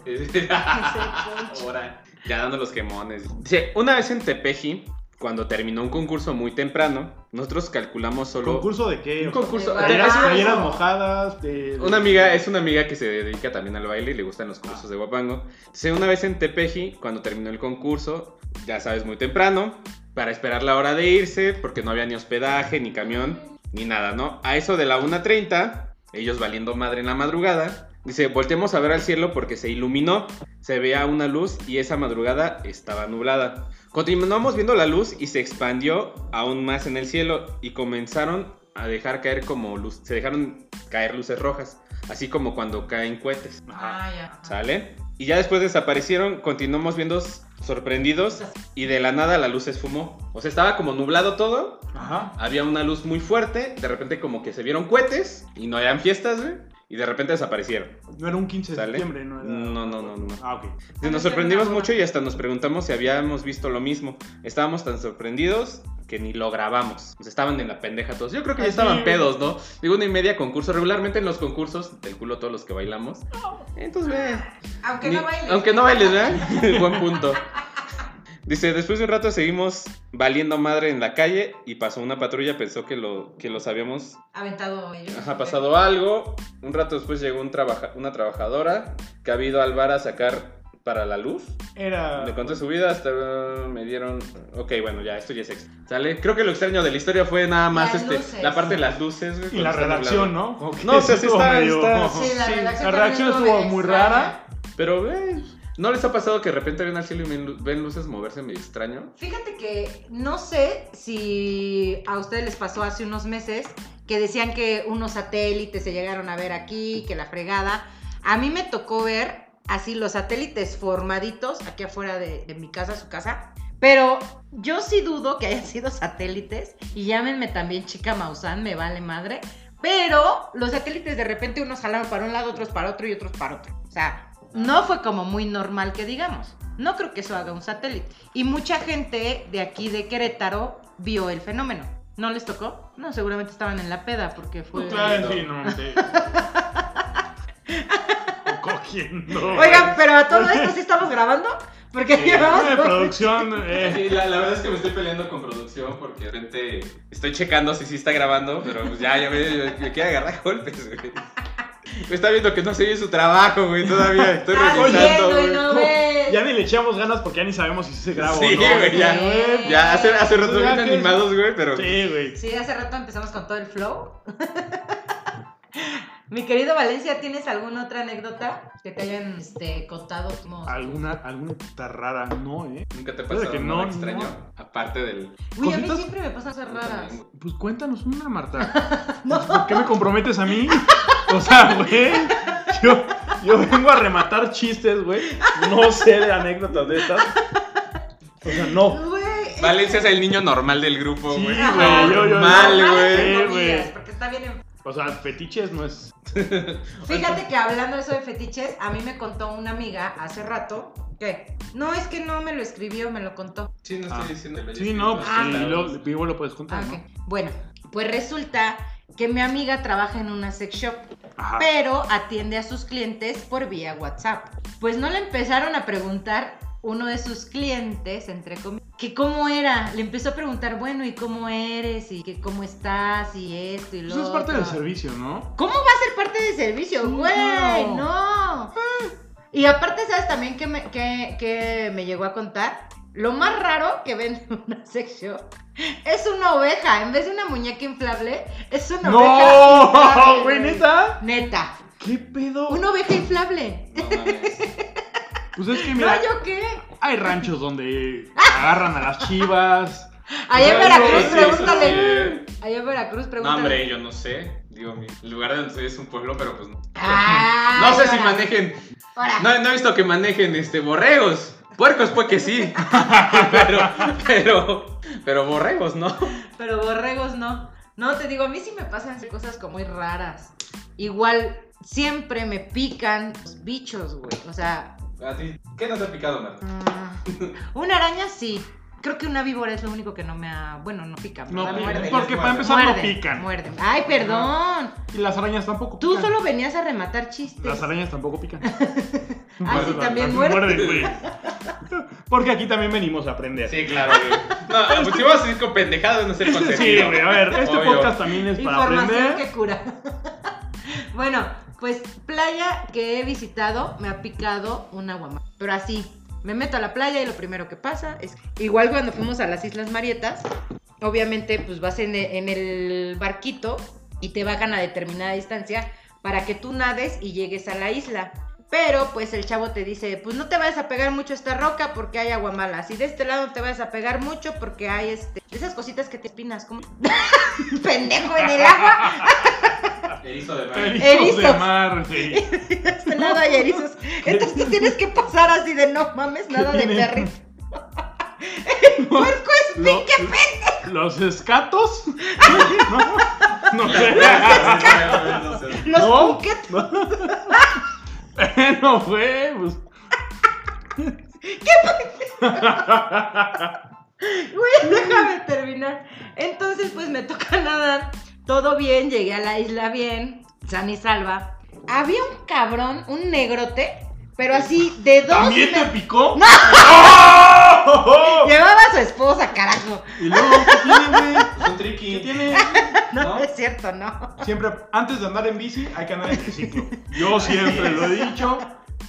Speaker 2: Ahora, ya dando los quemones. Dice, una vez en Tepeji, cuando terminó un concurso muy temprano, nosotros calculamos solo...
Speaker 1: ¿Concurso de qué?
Speaker 2: Un concurso...
Speaker 3: De
Speaker 1: Playeras,
Speaker 3: Ah,
Speaker 1: playeras
Speaker 3: no.
Speaker 1: mojadas. de-
Speaker 2: Una amiga, es una amiga que se dedica también al baile y le gustan los cursos de guapango. Dice, una vez en Tepeji, cuando terminó el concurso, ya sabes, muy temprano, para esperar la hora de irse, porque no había ni hospedaje, ni camión, ni nada, ¿no? A eso de la 1.30, ellos valiendo madre en la madrugada, dice, volteemos a ver al cielo porque se iluminó, se veía una luz y esa madrugada estaba nublada. Continuamos viendo la luz y se expandió aún más en el cielo y comenzaron a dejar caer como luz, se dejaron caer luces rojas, así como cuando caen cohetes,
Speaker 1: Ajá.
Speaker 3: Ah, ya.
Speaker 2: ¿sale? Y ya después desaparecieron, continuamos viendo sorprendidos y de la nada la luz se esfumó. O sea, estaba como nublado todo,
Speaker 1: Ajá.
Speaker 2: había una luz muy fuerte, de repente como que se vieron cohetes y no eran fiestas, güey, y de repente desaparecieron.
Speaker 1: No era un 15 de
Speaker 2: ¿Sale? Mm.
Speaker 1: septiembre, ¿no? Era...
Speaker 2: No, no, no, no.
Speaker 1: Ah, ok.
Speaker 2: Nos sorprendimos mucho y hasta nos preguntamos si habíamos visto lo mismo. Estábamos tan sorprendidos que ni lo grabamos. Pues estaban en la pendeja todos. Yo creo que ya
Speaker 1: Ah,
Speaker 2: estaban
Speaker 1: sí.
Speaker 2: pedos, ¿no? Digo, una y media concurso. Regularmente en los concursos, del culo todos los que bailamos. Entonces, ve.
Speaker 3: Oh. Aunque
Speaker 2: Ni-
Speaker 3: no bailes.
Speaker 2: Aunque no bailes, ¿eh? ¿verdad? Buen punto. Dice, después de un rato seguimos valiendo madre en la calle y pasó una patrulla, pensó que, lo, que los habíamos
Speaker 3: Aventado ellos.
Speaker 2: Ajá, pasado algo. Un rato después llegó un trabaja- una trabajadora que ha ido al bar a sacar para la luz.
Speaker 1: Era.
Speaker 2: Le conté su vida, hasta uh, me dieron... Ok, bueno, ya, esto ya es extra. ¿Sale? Creo que lo extraño de la historia fue nada más
Speaker 3: Las
Speaker 2: este,
Speaker 3: luces.
Speaker 2: la parte de las luces. güey,
Speaker 1: Y
Speaker 2: cuando
Speaker 1: la
Speaker 2: está
Speaker 1: redacción,
Speaker 2: nublado.
Speaker 1: ¿no? Como que
Speaker 2: No, o sea, sí
Speaker 1: estuvo
Speaker 2: está- está-
Speaker 3: Sí, la
Speaker 2: Sí,
Speaker 3: redacción,
Speaker 1: Oh, la
Speaker 3: también
Speaker 1: reacción estuvo
Speaker 3: medio
Speaker 1: muy
Speaker 3: extraña.
Speaker 1: rara.
Speaker 2: Pero, güey, ¿no les ha pasado que de repente ven al cielo y ven, lu- ven luces moverse medio extraño?
Speaker 3: Fíjate que no sé si a ustedes les pasó hace unos meses que decían que unos satélites se llegaron a ver aquí, que la fregada. A mí me tocó ver así los satélites formaditos aquí afuera de, de mi casa, su casa. Pero yo sí dudo que hayan sido satélites. Y llámenme también chica Maussan, me vale madre. Pero los satélites de repente unos jalaron para un lado, otros para otro y otros para otro. O sea, no fue como muy normal que digamos. No creo que eso haga un satélite. Y mucha gente de aquí de Querétaro vio el fenómeno. ¿No les tocó? No, seguramente estaban en la peda porque fue...
Speaker 1: Pues claro, en fin, no. sí. Cogiendo.
Speaker 3: Oigan, pero a todo esto sí estamos grabando porque
Speaker 1: Eh,
Speaker 3: llevamos
Speaker 1: de producción. eh,
Speaker 2: Sí, la, la verdad es que me estoy peleando con producción porque de repente estoy checando si sí está grabando, pero pues ya, ya me, me quiere agarrar a golpes, güey. Me está viendo que no se oye su trabajo, güey, todavía. Estoy
Speaker 3: Estás
Speaker 2: revisando,
Speaker 3: viendo y
Speaker 2: güey.
Speaker 3: no ves.
Speaker 1: ya ni le echamos ganas porque ya ni sabemos si se graba
Speaker 2: Sí,
Speaker 1: o no.
Speaker 2: güey, ya.
Speaker 1: Güey,
Speaker 2: Ya, hace, hace rato
Speaker 1: Ya
Speaker 2: bien
Speaker 1: que-
Speaker 2: animados, güey, pero...
Speaker 1: Sí, güey.
Speaker 3: Sí, hace rato empezamos con todo el flow. Mi querido Valencia, ¿tienes alguna otra anécdota que te hayan este, contado? como-
Speaker 1: Alguna, alguna puta rara, no, eh.
Speaker 2: Nunca te ha
Speaker 1: Claro
Speaker 2: pasado
Speaker 1: que
Speaker 2: nada
Speaker 1: no,
Speaker 2: extraño,
Speaker 1: no.
Speaker 2: aparte del...
Speaker 3: Uy, a mí
Speaker 1: cositas-
Speaker 3: siempre me pasan cosas raras.
Speaker 1: Pues cuéntanos una, Marta. ¿Por qué me comprometes a mí? O sea, güey. Yo, yo vengo a rematar chistes, güey. No sé de anécdotas de estas. O sea, no.
Speaker 3: Güey, es-
Speaker 2: Valencia es el niño normal del grupo,
Speaker 1: Sí,
Speaker 2: güey.
Speaker 1: güey. Yo, yo,
Speaker 2: Mal,
Speaker 3: Ah,
Speaker 1: yo.
Speaker 2: güey.
Speaker 1: Sí,
Speaker 3: entre comillas,
Speaker 1: güey.
Speaker 3: Porque está bien. en-
Speaker 1: O sea, fetiches no es.
Speaker 3: Fíjate que hablando de eso de fetiches, a mí me contó una amiga hace rato que no es que no me lo escribió, me lo contó.
Speaker 2: Sí, no estoy
Speaker 1: Ah.
Speaker 2: diciendo... que lo
Speaker 1: Sí,
Speaker 2: hayas
Speaker 1: no, pues
Speaker 2: visto,
Speaker 3: Ah,
Speaker 1: sí,
Speaker 2: claro.
Speaker 1: lo, vivo lo puedes
Speaker 3: Ah,
Speaker 1: contar,
Speaker 3: ok. Bueno, pues resulta que mi amiga trabaja en una sex shop,
Speaker 1: ¿no? Ajá.
Speaker 3: pero atiende a sus clientes por vía WhatsApp. Pues no le empezaron a preguntar uno de sus clientes, entre comillas, que cómo era. Le empezó a preguntar, bueno, ¿y cómo eres? ¿Y que cómo estás? Y esto y lo
Speaker 1: Pues es parte del
Speaker 3: otro".
Speaker 1: servicio, ¿no?
Speaker 3: ¿Cómo va a ser parte del servicio,
Speaker 1: Sí,
Speaker 3: güey?
Speaker 1: claro.
Speaker 3: No. Y aparte, ¿sabes también que me, que, que me llegó a contar? Lo más raro que ven en una sex shop es una oveja. En vez de una muñeca inflable, es una oveja. inflable,
Speaker 1: ¡No! Güey, neta.
Speaker 3: Neta.
Speaker 1: ¿Qué pedo?
Speaker 3: Una oveja inflable.
Speaker 2: No mames.
Speaker 1: Pues es que mira,
Speaker 3: ¿No, yo qué?
Speaker 1: hay ranchos donde agarran a las chivas.
Speaker 3: Allá en
Speaker 1: Bueno,
Speaker 3: Veracruz,
Speaker 1: sí, sí,
Speaker 3: pregúntale. Allá en Veracruz,
Speaker 2: No,
Speaker 3: pregúntale.
Speaker 2: hombre, yo no sé. Digo, mi el lugar de donde estoy es un pueblo, pero pues no.
Speaker 3: Ah,
Speaker 2: No sé si
Speaker 3: ahora,
Speaker 2: manejen.
Speaker 3: ahora.
Speaker 2: No, no he visto que manejen este borregos. Puercos pues que sí. Pero, pero, pero borregos, ¿no?
Speaker 3: Pero borregos no. No, te digo, a mí sí me pasan cosas como muy raras. Igual, siempre me pican los bichos, güey. O sea,
Speaker 2: ¿A ti? ¿Qué nos ha picado, Marta?
Speaker 3: mm, una araña sí. Creo que una víbora es lo único que no me ha... Bueno, no pica,
Speaker 1: No,
Speaker 3: ¿verdad?
Speaker 1: pican,
Speaker 3: Muerde.
Speaker 1: porque para
Speaker 2: muerden.
Speaker 1: empezar no
Speaker 3: Muerde,
Speaker 1: pican.
Speaker 3: muerde. Ay, perdón.
Speaker 1: Y las arañas tampoco
Speaker 3: Tú
Speaker 1: pican.
Speaker 3: solo venías a rematar chistes.
Speaker 1: Las arañas tampoco pican.
Speaker 3: Ah, sí,
Speaker 1: Muerden,
Speaker 3: también
Speaker 1: muerden,
Speaker 3: muerde.
Speaker 1: güey. Porque aquí también venimos a aprender.
Speaker 2: Sí, claro, güey. No, pues si vamos a ir con pendejadas, no ser contenido.
Speaker 1: Sí, güey, a ver, este
Speaker 2: Obvio.
Speaker 1: podcast también es para
Speaker 3: Información
Speaker 1: aprender.
Speaker 3: que cura. bueno, pues playa que he visitado me ha picado una guamá. Pero así, me meto a la playa y lo primero que pasa es... Igual cuando fuimos a las Islas Marietas, obviamente pues vas en e- en el barquito y te bajan a determinada distancia para que tú nades y llegues a la isla. Pero pues el chavo te dice, pues no te vayas a pegar mucho a esta roca porque hay agua mala. Si de este lado no te vayas a pegar mucho porque hay este, esas cositas que te espinas, como pendejo en el agua.
Speaker 2: Erizo de mar.
Speaker 1: Erizos de
Speaker 3: Erizos.
Speaker 1: mar, sí.
Speaker 3: De este lado hay erizos. Entonces tú tienes que pasar así de no mames, nada de Pues,
Speaker 1: viene?
Speaker 3: perrito.
Speaker 1: ¡Puerco ¿Los escatos? No, no sé.
Speaker 3: Los
Speaker 1: ¿No?
Speaker 3: buquetes.
Speaker 1: No. Bueno, güey, pues.
Speaker 3: Güey, déjame terminar. Entonces, pues me toca nadar. Todo bien, llegué a la isla bien, san y salva. Había un cabrón, un negrote, pero así de dos.
Speaker 1: ¿También te
Speaker 3: me-
Speaker 1: picó?
Speaker 3: ¡No!
Speaker 1: ¡Oh!
Speaker 3: Llevaba a su esposa, carajo.
Speaker 1: Y luego, ¿qué tiene, güey?
Speaker 2: Es un
Speaker 1: ¿Qué
Speaker 2: triqui.
Speaker 1: tiene?
Speaker 3: No,
Speaker 2: ¿No?
Speaker 3: es cierto, no.
Speaker 1: Siempre, antes de andar en bici, hay que andar en triciclo. Yo siempre lo he dicho.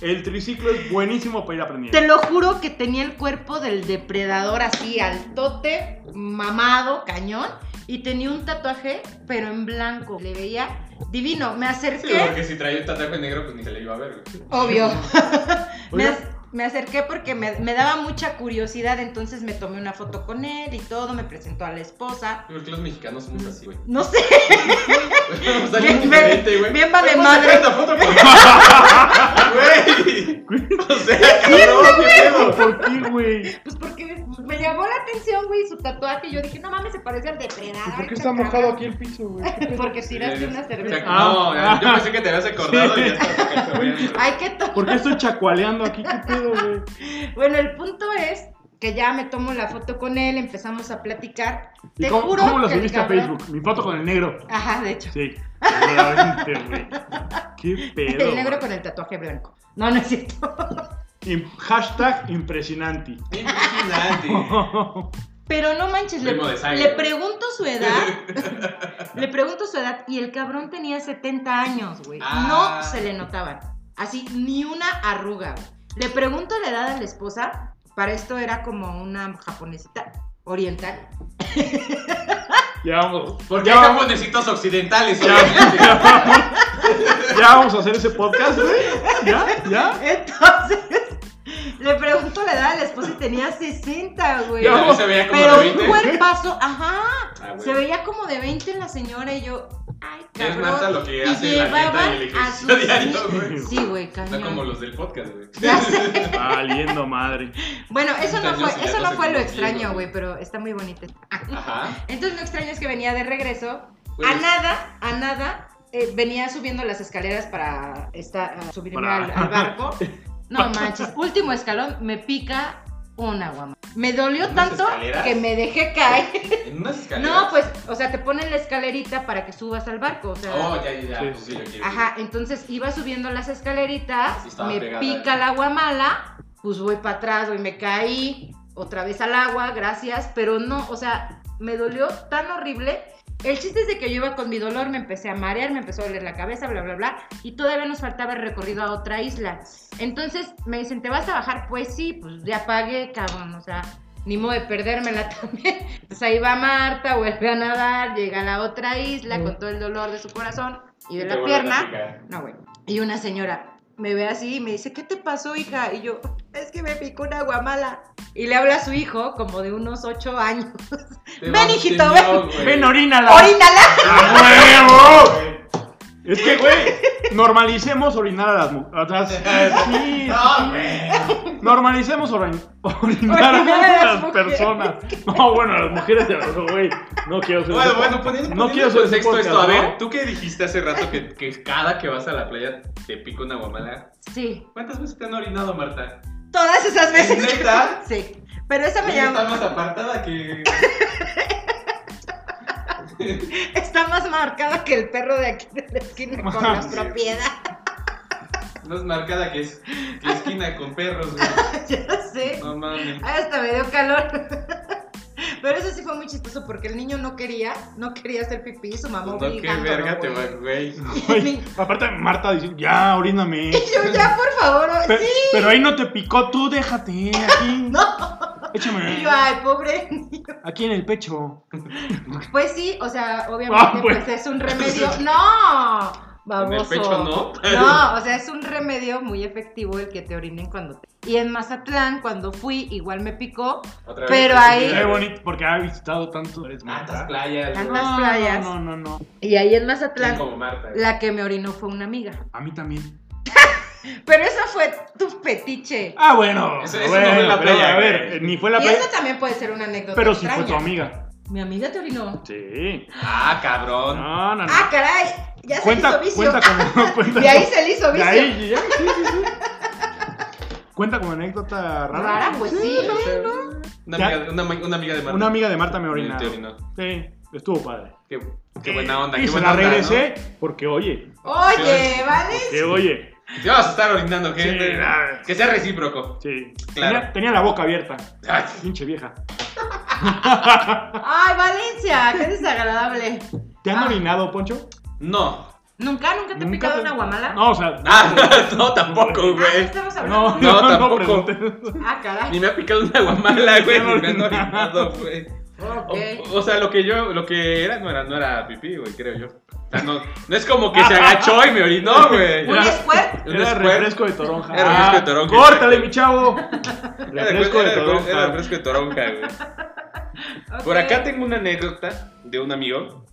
Speaker 1: El triciclo es buenísimo para ir aprendiendo.
Speaker 3: Te lo juro que tenía el cuerpo del depredador así, altote, mamado, cañón. Y tenía un tatuaje, pero en blanco. Le veía divino. Me
Speaker 2: Sí,
Speaker 3: acerqué.
Speaker 2: porque si traía un tatuaje negro, pues ni se le iba a ver, güey.
Speaker 3: Obvio. me,
Speaker 1: Oiga.
Speaker 3: ac- me acerqué porque me, me daba mucha curiosidad, entonces me tomé una foto con él y todo, me presentó a la esposa.
Speaker 2: Porque los mexicanos somos así, güey.
Speaker 3: No sé,
Speaker 2: Somos alguien
Speaker 3: Bien,
Speaker 2: diferente, güey.
Speaker 3: bien vale
Speaker 2: Vamos a
Speaker 3: madre.
Speaker 2: sacar esta foto con- Güey. O sea, cabrón, qué pedo.
Speaker 1: ¿Por qué, güey?
Speaker 3: pues porque me llamó la atención, güey, su tatuaje. Yo dije, no mames, se parece al depredador.
Speaker 1: ¿Por qué está mojado aquí el piso, güey?
Speaker 3: Porque tiraste una
Speaker 2: O sea,
Speaker 3: cerveza.
Speaker 2: no,
Speaker 1: Ah.
Speaker 2: yo pensé que te habías acordado y ya
Speaker 3: Ay, qué to-
Speaker 1: ¿Por qué estoy chacualeando aquí? ¿Qué pedo, güey?
Speaker 3: Bueno, el punto es que ya me tomo la foto con él, empezamos a platicar.
Speaker 1: ¿Y
Speaker 3: Te
Speaker 1: cómo,
Speaker 3: juro
Speaker 1: cómo lo
Speaker 3: que el
Speaker 1: subiste a
Speaker 3: cabrón-
Speaker 1: Facebook? Mi foto con el negro.
Speaker 3: Ajá, de hecho.
Speaker 1: Sí. Obviamente, güey. Qué pedo.
Speaker 3: el negro
Speaker 1: güey.
Speaker 3: con el tatuaje blanco. No, no es cierto.
Speaker 1: Im- Hashtag impresionante.
Speaker 2: Impresionante.
Speaker 3: Pero no manches, le,
Speaker 2: Primo de sangre.
Speaker 3: le pregunto su edad. le pregunto su edad y el cabrón tenía 70 años, güey.
Speaker 2: Ah.
Speaker 3: No se le notaban. Así, ni una arruga. güey. Le pregunto la edad a la esposa. Para esto era como una japonesita oriental.
Speaker 1: Ya vamos.
Speaker 2: Porque
Speaker 1: ya,
Speaker 2: hay
Speaker 1: vamos
Speaker 2: japonesitos occidentales,
Speaker 1: Ya.
Speaker 2: obviamente.
Speaker 1: ya vamos a hacer ese podcast, güey. Ya, ya.
Speaker 3: Entonces, le pregunto la edad a la esposa y tenía 60, güey.
Speaker 2: Y también se veía como
Speaker 3: Pero
Speaker 2: de
Speaker 3: un
Speaker 2: 20.
Speaker 3: cuerpazo, ajá.
Speaker 2: Ah, güey.
Speaker 3: Se veía como de 20 en la señora y yo, ay,
Speaker 2: Es
Speaker 3: cabrón.
Speaker 2: Marta lo que hace la dieta y el ejercicio
Speaker 3: a sus
Speaker 2: diario,
Speaker 3: hijos.
Speaker 2: güey.
Speaker 3: Sí, güey,
Speaker 2: No
Speaker 3: cañón.
Speaker 2: como los del podcast, güey.
Speaker 3: Ya sé.
Speaker 1: Valiendo madre.
Speaker 3: Bueno, eso no
Speaker 2: Entonces,
Speaker 3: fue,
Speaker 2: yo sí ya
Speaker 3: eso
Speaker 2: no
Speaker 3: no
Speaker 2: sé
Speaker 3: fue
Speaker 2: cómo
Speaker 3: lo
Speaker 2: llego,
Speaker 3: extraño,
Speaker 2: güey.
Speaker 3: güey, pero está muy bonito.
Speaker 2: Ajá.
Speaker 3: Entonces lo extraño es que venía de regreso.
Speaker 2: Güey,
Speaker 3: A nada, a nada, eh, venía subiendo las escaleras para esta- a subirme
Speaker 1: Para-
Speaker 3: al, al barco. No manches, último escalón, me pica una guama. Me dolió
Speaker 2: ¿Unas
Speaker 3: tanto
Speaker 2: escaleras?
Speaker 3: que me dejé caer.
Speaker 2: En unas escaleras.
Speaker 3: No, pues, o sea, te ponen la escalerita para que subas al barco, o sea.
Speaker 2: Oh, ya, ya, ya.
Speaker 1: Sí,
Speaker 2: pues sí,
Speaker 1: sí.
Speaker 2: lo quiero.
Speaker 3: Ajá, entonces iba subiendo las
Speaker 2: Y
Speaker 3: escaleritas,
Speaker 2: estaba
Speaker 3: me
Speaker 2: pegada
Speaker 3: pica
Speaker 2: ahí.
Speaker 3: la guamala, pues voy para atrás, güey, me caí, otra vez al agua, gracias, pero no, o sea, me dolió tan horrible El chiste es de que yo iba con mi dolor, me empecé a marear, me empezó a doler la cabeza, bla, bla, bla, y todavía nos faltaba el recorrido a otra isla. Entonces me dicen, ¿te vas a bajar? Pues sí, pues ya pagué, cabrón, o sea, ni modo de perdérmela también. Entonces ahí va Marta, vuelve a nadar, llega a la otra isla
Speaker 1: Mm.
Speaker 3: con todo el dolor de su corazón y de
Speaker 2: Te
Speaker 3: la
Speaker 2: vuelven a
Speaker 3: pierna.
Speaker 2: picar.
Speaker 3: No, güey. Y una señora me ve así y me dice, ¿qué te pasó, hija? Y yo, es que me picó una guamala. Y le habla a su hijo, como de unos ocho años.
Speaker 2: Te
Speaker 3: Ven,
Speaker 2: va- te
Speaker 3: hijito,
Speaker 2: vio, güey.
Speaker 1: Ven,
Speaker 2: Ah.
Speaker 1: orínala.
Speaker 3: ¡Orínala!
Speaker 1: ¡A huevo! Es que, güey, normalicemos orinar a las mujeres. Sí,
Speaker 2: No, güey.
Speaker 1: normalicemos orin- orinar a las personas. No, bueno, a las mujeres de verdad, güey. No quiero ser.
Speaker 2: Bueno, bueno, poniendo,
Speaker 1: No
Speaker 2: poniendo
Speaker 1: quiero
Speaker 2: en
Speaker 1: ser
Speaker 2: contexto
Speaker 1: podcast,
Speaker 2: esto, a
Speaker 1: ¿no?
Speaker 2: ver, tú que dijiste hace rato que, que cada que vas a la playa te pica una guamala.
Speaker 3: Sí,
Speaker 2: ¿Cuántas veces te han orinado, Marta?
Speaker 3: todas esas veces. que-
Speaker 2: ¿Neta?
Speaker 3: Sí. Pero esa me
Speaker 2: Está
Speaker 3: llama,
Speaker 2: más apartada que.
Speaker 3: está más marcada que el perro de aquí de la esquina con la
Speaker 1: Sí.
Speaker 3: propiedad.
Speaker 2: más marcada que es. Que esquina con perros, güey.
Speaker 3: ya sé.
Speaker 2: No mames.
Speaker 3: Ay, hasta me dio calor. Pero eso sí fue muy chistoso porque el niño no quería, no quería hacer pipí, su mamá
Speaker 2: No, qué
Speaker 3: obligándolo,
Speaker 2: verga te va,
Speaker 3: güey.
Speaker 2: güey.
Speaker 1: Güey, aparte, Marta dice: Ya, oríname.
Speaker 3: Y yo ya, por favor,
Speaker 1: Pe-
Speaker 3: sí.
Speaker 1: Pero ahí no te picó, tú déjate aquí.
Speaker 3: No. Y
Speaker 1: Échame
Speaker 3: yo, ay, pobre niño.
Speaker 1: aquí en el pecho.
Speaker 3: Pues sí, o sea, obviamente
Speaker 1: Ah, pues.
Speaker 3: pues es un remedio. ¡No! Vamos.
Speaker 2: En el pecho no.
Speaker 3: No, o sea, es un remedio muy efectivo el que te orinen cuando te... Y en Mazatlán, cuando fui, igual me picó.
Speaker 2: Otra
Speaker 3: Pero
Speaker 2: te
Speaker 3: ahí-
Speaker 2: mira,
Speaker 1: Qué
Speaker 2: güey.
Speaker 1: bonito, porque ha visitado tanto.
Speaker 3: Ah,
Speaker 1: Es
Speaker 2: Tantas
Speaker 1: Marta.
Speaker 2: playas, güey.
Speaker 3: Tantas playas.
Speaker 1: No, no, no.
Speaker 3: Y ahí en
Speaker 2: Bien
Speaker 3: Mazatlán,
Speaker 2: como Marta. güey.
Speaker 3: la que me orinó fue una amiga.
Speaker 1: A mí también.
Speaker 3: Pero esa fue tu petiche.
Speaker 1: Ah, bueno.
Speaker 2: Eso- eso
Speaker 1: bueno,
Speaker 2: no fue la
Speaker 1: pero,
Speaker 2: playa,
Speaker 1: A ver,
Speaker 2: güey.
Speaker 1: ni fue la
Speaker 3: y
Speaker 1: playa.
Speaker 3: eso también puede ser una anécdota
Speaker 1: Pero sí fue
Speaker 3: extraña.
Speaker 1: tu amiga.
Speaker 3: Mi amiga te orinó.
Speaker 1: Sí.
Speaker 2: Ah, cabrón.
Speaker 1: No, no, no.
Speaker 3: ¡Ah, caray! Ya
Speaker 1: cuenta,
Speaker 3: se le hizo vicio.
Speaker 1: cuenta como. Cuenta
Speaker 3: De ahí se le hizo
Speaker 1: como- de
Speaker 3: vicio.
Speaker 1: ahí, ya, sí, sí, sí. Cuenta como anécdota rara.
Speaker 3: Rara, pues sí.
Speaker 2: Una
Speaker 1: Ya.
Speaker 2: amiga, una, ami- una amiga de Marta.
Speaker 1: Una amiga de Marta me orinó.
Speaker 2: Te orinó.
Speaker 1: Sí, estuvo padre.
Speaker 2: Qué, qué buena onda.
Speaker 1: Eh, Y
Speaker 2: qué
Speaker 1: se
Speaker 2: buena
Speaker 1: la
Speaker 2: onda,
Speaker 1: regresé porque, oye,
Speaker 3: Oye, ¿vale?
Speaker 1: que oye.
Speaker 2: ¿no? Te vas a estar orinando,
Speaker 1: Sí,
Speaker 2: gente.
Speaker 1: nada.
Speaker 2: que sea recíproco.
Speaker 1: Sí.
Speaker 2: Claro.
Speaker 1: Tenía, tenía la boca abierta.
Speaker 2: Ay,
Speaker 1: Pinche vieja.
Speaker 3: ¡Ay, Valencia! ¡Qué desagradable!
Speaker 1: ¿Te han
Speaker 3: Ah.
Speaker 1: orinado, Poncho?
Speaker 2: No.
Speaker 3: ¿Nunca, nunca te ha
Speaker 1: ¿Nunca
Speaker 3: picado
Speaker 1: te-
Speaker 3: una guamala?
Speaker 1: No, o sea.
Speaker 2: Ah, no, tampoco,
Speaker 3: Ah,
Speaker 2: güey.
Speaker 3: estamos
Speaker 1: No,
Speaker 3: hablando.
Speaker 2: No,
Speaker 1: no,
Speaker 2: tampoco.
Speaker 1: pregunté.
Speaker 3: Ah, caray.
Speaker 2: Ni me ha picado una guamala,
Speaker 1: Ya no
Speaker 2: güey. Ni me han
Speaker 1: orinó.
Speaker 2: orinado, güey.
Speaker 3: Ok.
Speaker 2: O, o sea, lo que yo, lo que era no era, no era pipí, güey, creo yo. O sea, no, no es como que se agachó y me orinó, güey.
Speaker 3: ¿Un squirt?
Speaker 2: Un
Speaker 1: Era
Speaker 2: squirt.
Speaker 1: refresco de toronja. Ah,
Speaker 2: Era refresco de toronja.
Speaker 1: Córtale, mi chavo.
Speaker 2: Era
Speaker 1: Refresco de
Speaker 2: era-
Speaker 1: toronja.
Speaker 2: Era refresco de toronja, güey.
Speaker 3: Ok.
Speaker 2: Por acá tengo una anécdota de un amigo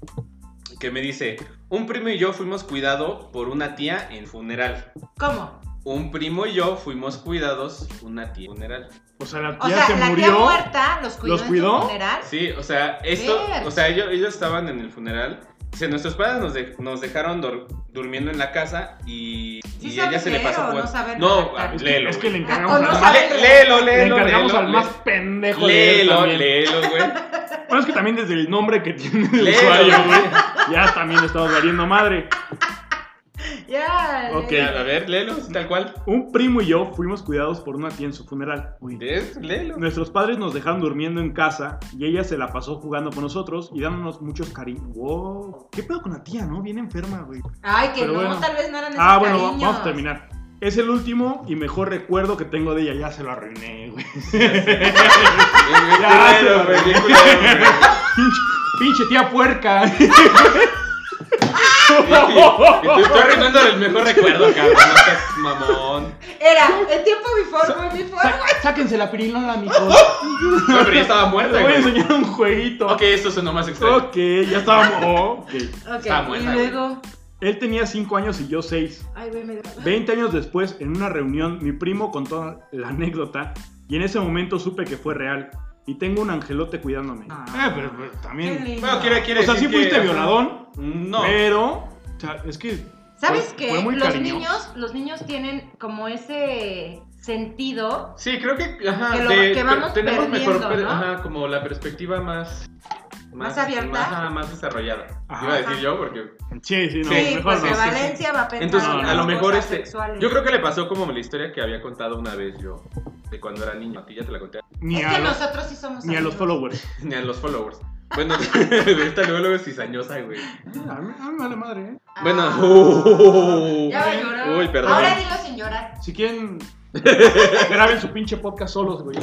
Speaker 2: que me dice, un primo y yo fuimos cuidado por una tía en funeral.
Speaker 3: ¿Cómo?
Speaker 2: Un primo y yo fuimos cuidados una tía en funeral.
Speaker 1: O sea, la
Speaker 3: O
Speaker 1: tía
Speaker 3: sea,
Speaker 1: se
Speaker 3: la
Speaker 1: murió.
Speaker 3: tía muerta los cuidó,
Speaker 1: ¿Los cuidó?
Speaker 3: en su funeral.
Speaker 2: Sí, o sea, esto,
Speaker 3: Ver.
Speaker 2: o sea, ellos, ellos estaban en el funeral. Dice, nuestros padres nos, de- nos dejaron dor- durmiendo en la casa y,
Speaker 3: Sí
Speaker 2: y
Speaker 3: sabe
Speaker 2: ella se le
Speaker 3: leer
Speaker 2: pasó
Speaker 3: o
Speaker 2: por...
Speaker 3: no sabe
Speaker 2: no,
Speaker 3: redactar.
Speaker 2: ah,
Speaker 1: Es que-
Speaker 2: léelo.
Speaker 1: Es que le
Speaker 2: güey.
Speaker 1: encargamos,
Speaker 3: Ah, o no
Speaker 1: al,
Speaker 2: Le-
Speaker 3: sabe-
Speaker 2: léelo, léelo,
Speaker 1: le
Speaker 2: léelo.
Speaker 1: encargamos al
Speaker 2: léelo.
Speaker 1: más pendejo de ellos
Speaker 2: Léelo,
Speaker 1: también.
Speaker 2: léelo, güey.
Speaker 1: Bueno, es que también desde el nombre que tiene el
Speaker 2: Léelo,
Speaker 1: usuario,
Speaker 2: güey.
Speaker 1: güey. Ya también estamos valiendo madre.
Speaker 3: Ya.
Speaker 1: Ok.
Speaker 2: Ya, A ver, léelo, así tal cual.
Speaker 1: Un primo y yo fuimos cuidados por una tía en su funeral.
Speaker 2: Ves, Léelo.
Speaker 1: Nuestros padres nos dejaron durmiendo en casa y ella se la pasó jugando con nosotros y dándonos muchos cariños. Wow. ¿Qué pedo con la tía, no? Bien enferma, güey.
Speaker 3: Ay, que
Speaker 1: Pero
Speaker 3: no,
Speaker 1: bueno.
Speaker 3: tal vez no eran esos
Speaker 1: Ah, bueno, va-
Speaker 3: cariños.
Speaker 1: vamos a terminar. Es el último y mejor recuerdo que tengo de ella. Ya se lo arruiné, güey.
Speaker 2: Bien, bien
Speaker 1: Ya,
Speaker 2: culero,
Speaker 1: se-
Speaker 2: güey, bien culero, güey.
Speaker 1: Pinche, pinche tía puerca.
Speaker 2: Y te estoy arruinando el mejor recuerdo, cabrón. No seas mamón.
Speaker 3: Era el tiempo before, fue before. güey.
Speaker 1: Sá- sáquense la pirinola, mijo.
Speaker 2: No, pero ya estaba muerta,
Speaker 1: Te voy a
Speaker 2: güey.
Speaker 1: enseñar un jueguito.
Speaker 2: Ok, esto sonó más extraño.
Speaker 1: Ok, ya estábamos. oh, ok.
Speaker 2: Está
Speaker 3: Ok,
Speaker 2: buena,
Speaker 3: y luego.
Speaker 1: Él tenía 5 años y yo 6.
Speaker 3: Ay, güey, me dio.
Speaker 1: 20 años después, en una reunión, mi primo contó la anécdota y en ese momento supe que fue real. Y tengo un angelote cuidándome.
Speaker 3: Ah.
Speaker 1: Eh, pero, pero
Speaker 3: Qué
Speaker 1: también.
Speaker 3: lindo.
Speaker 2: Bueno, quiere, quiere
Speaker 1: O sea, sí
Speaker 2: decir que-
Speaker 1: fuiste violadón,
Speaker 2: No.
Speaker 1: pero. O sea, es que.
Speaker 3: ¿Sabes
Speaker 1: fue-
Speaker 3: qué?
Speaker 1: fue muy
Speaker 3: los
Speaker 1: cariñoso.
Speaker 3: niños, los niños tienen como ese sentido.
Speaker 2: Sí, creo que, ajá,
Speaker 3: Que lo-
Speaker 2: de-
Speaker 3: que vamos
Speaker 2: te- tenemos mejor,
Speaker 3: perdiendo, ¿no?
Speaker 2: ajá, como la perspectiva más,
Speaker 3: Más abierta.
Speaker 2: más, ajá, más desarrollada.
Speaker 1: Ajá.
Speaker 2: Iba a decir yo porque,
Speaker 1: Sí, sí, no.
Speaker 3: sí,
Speaker 1: mejor
Speaker 3: pues
Speaker 1: no.
Speaker 3: que
Speaker 2: sí, sí.
Speaker 3: Valencia va a pensar
Speaker 2: entonces
Speaker 3: en
Speaker 1: no,
Speaker 2: a
Speaker 3: las
Speaker 2: lo mejor
Speaker 3: cosas
Speaker 2: este,
Speaker 3: sexuales.
Speaker 2: yo creo que le pasó como la historia que había contado una vez yo de cuando era niño. Aquí ya te la conté,
Speaker 1: Ni
Speaker 3: es
Speaker 1: a
Speaker 3: que
Speaker 1: los,
Speaker 3: nosotros sí somos
Speaker 1: ni a los
Speaker 3: amigos.
Speaker 1: followers.
Speaker 2: ni a los followers. Bueno, de esta luego luego es cizañosa, güey.
Speaker 1: A mí, a mí me vale madre, ¿eh?
Speaker 2: Bueno,
Speaker 3: Ah.
Speaker 2: uh,
Speaker 3: Ya va a llorar.
Speaker 2: uy, perdón.
Speaker 3: Ahora dilo sin llorar.
Speaker 1: Si quieren, graben su pinche podcast solos, güey.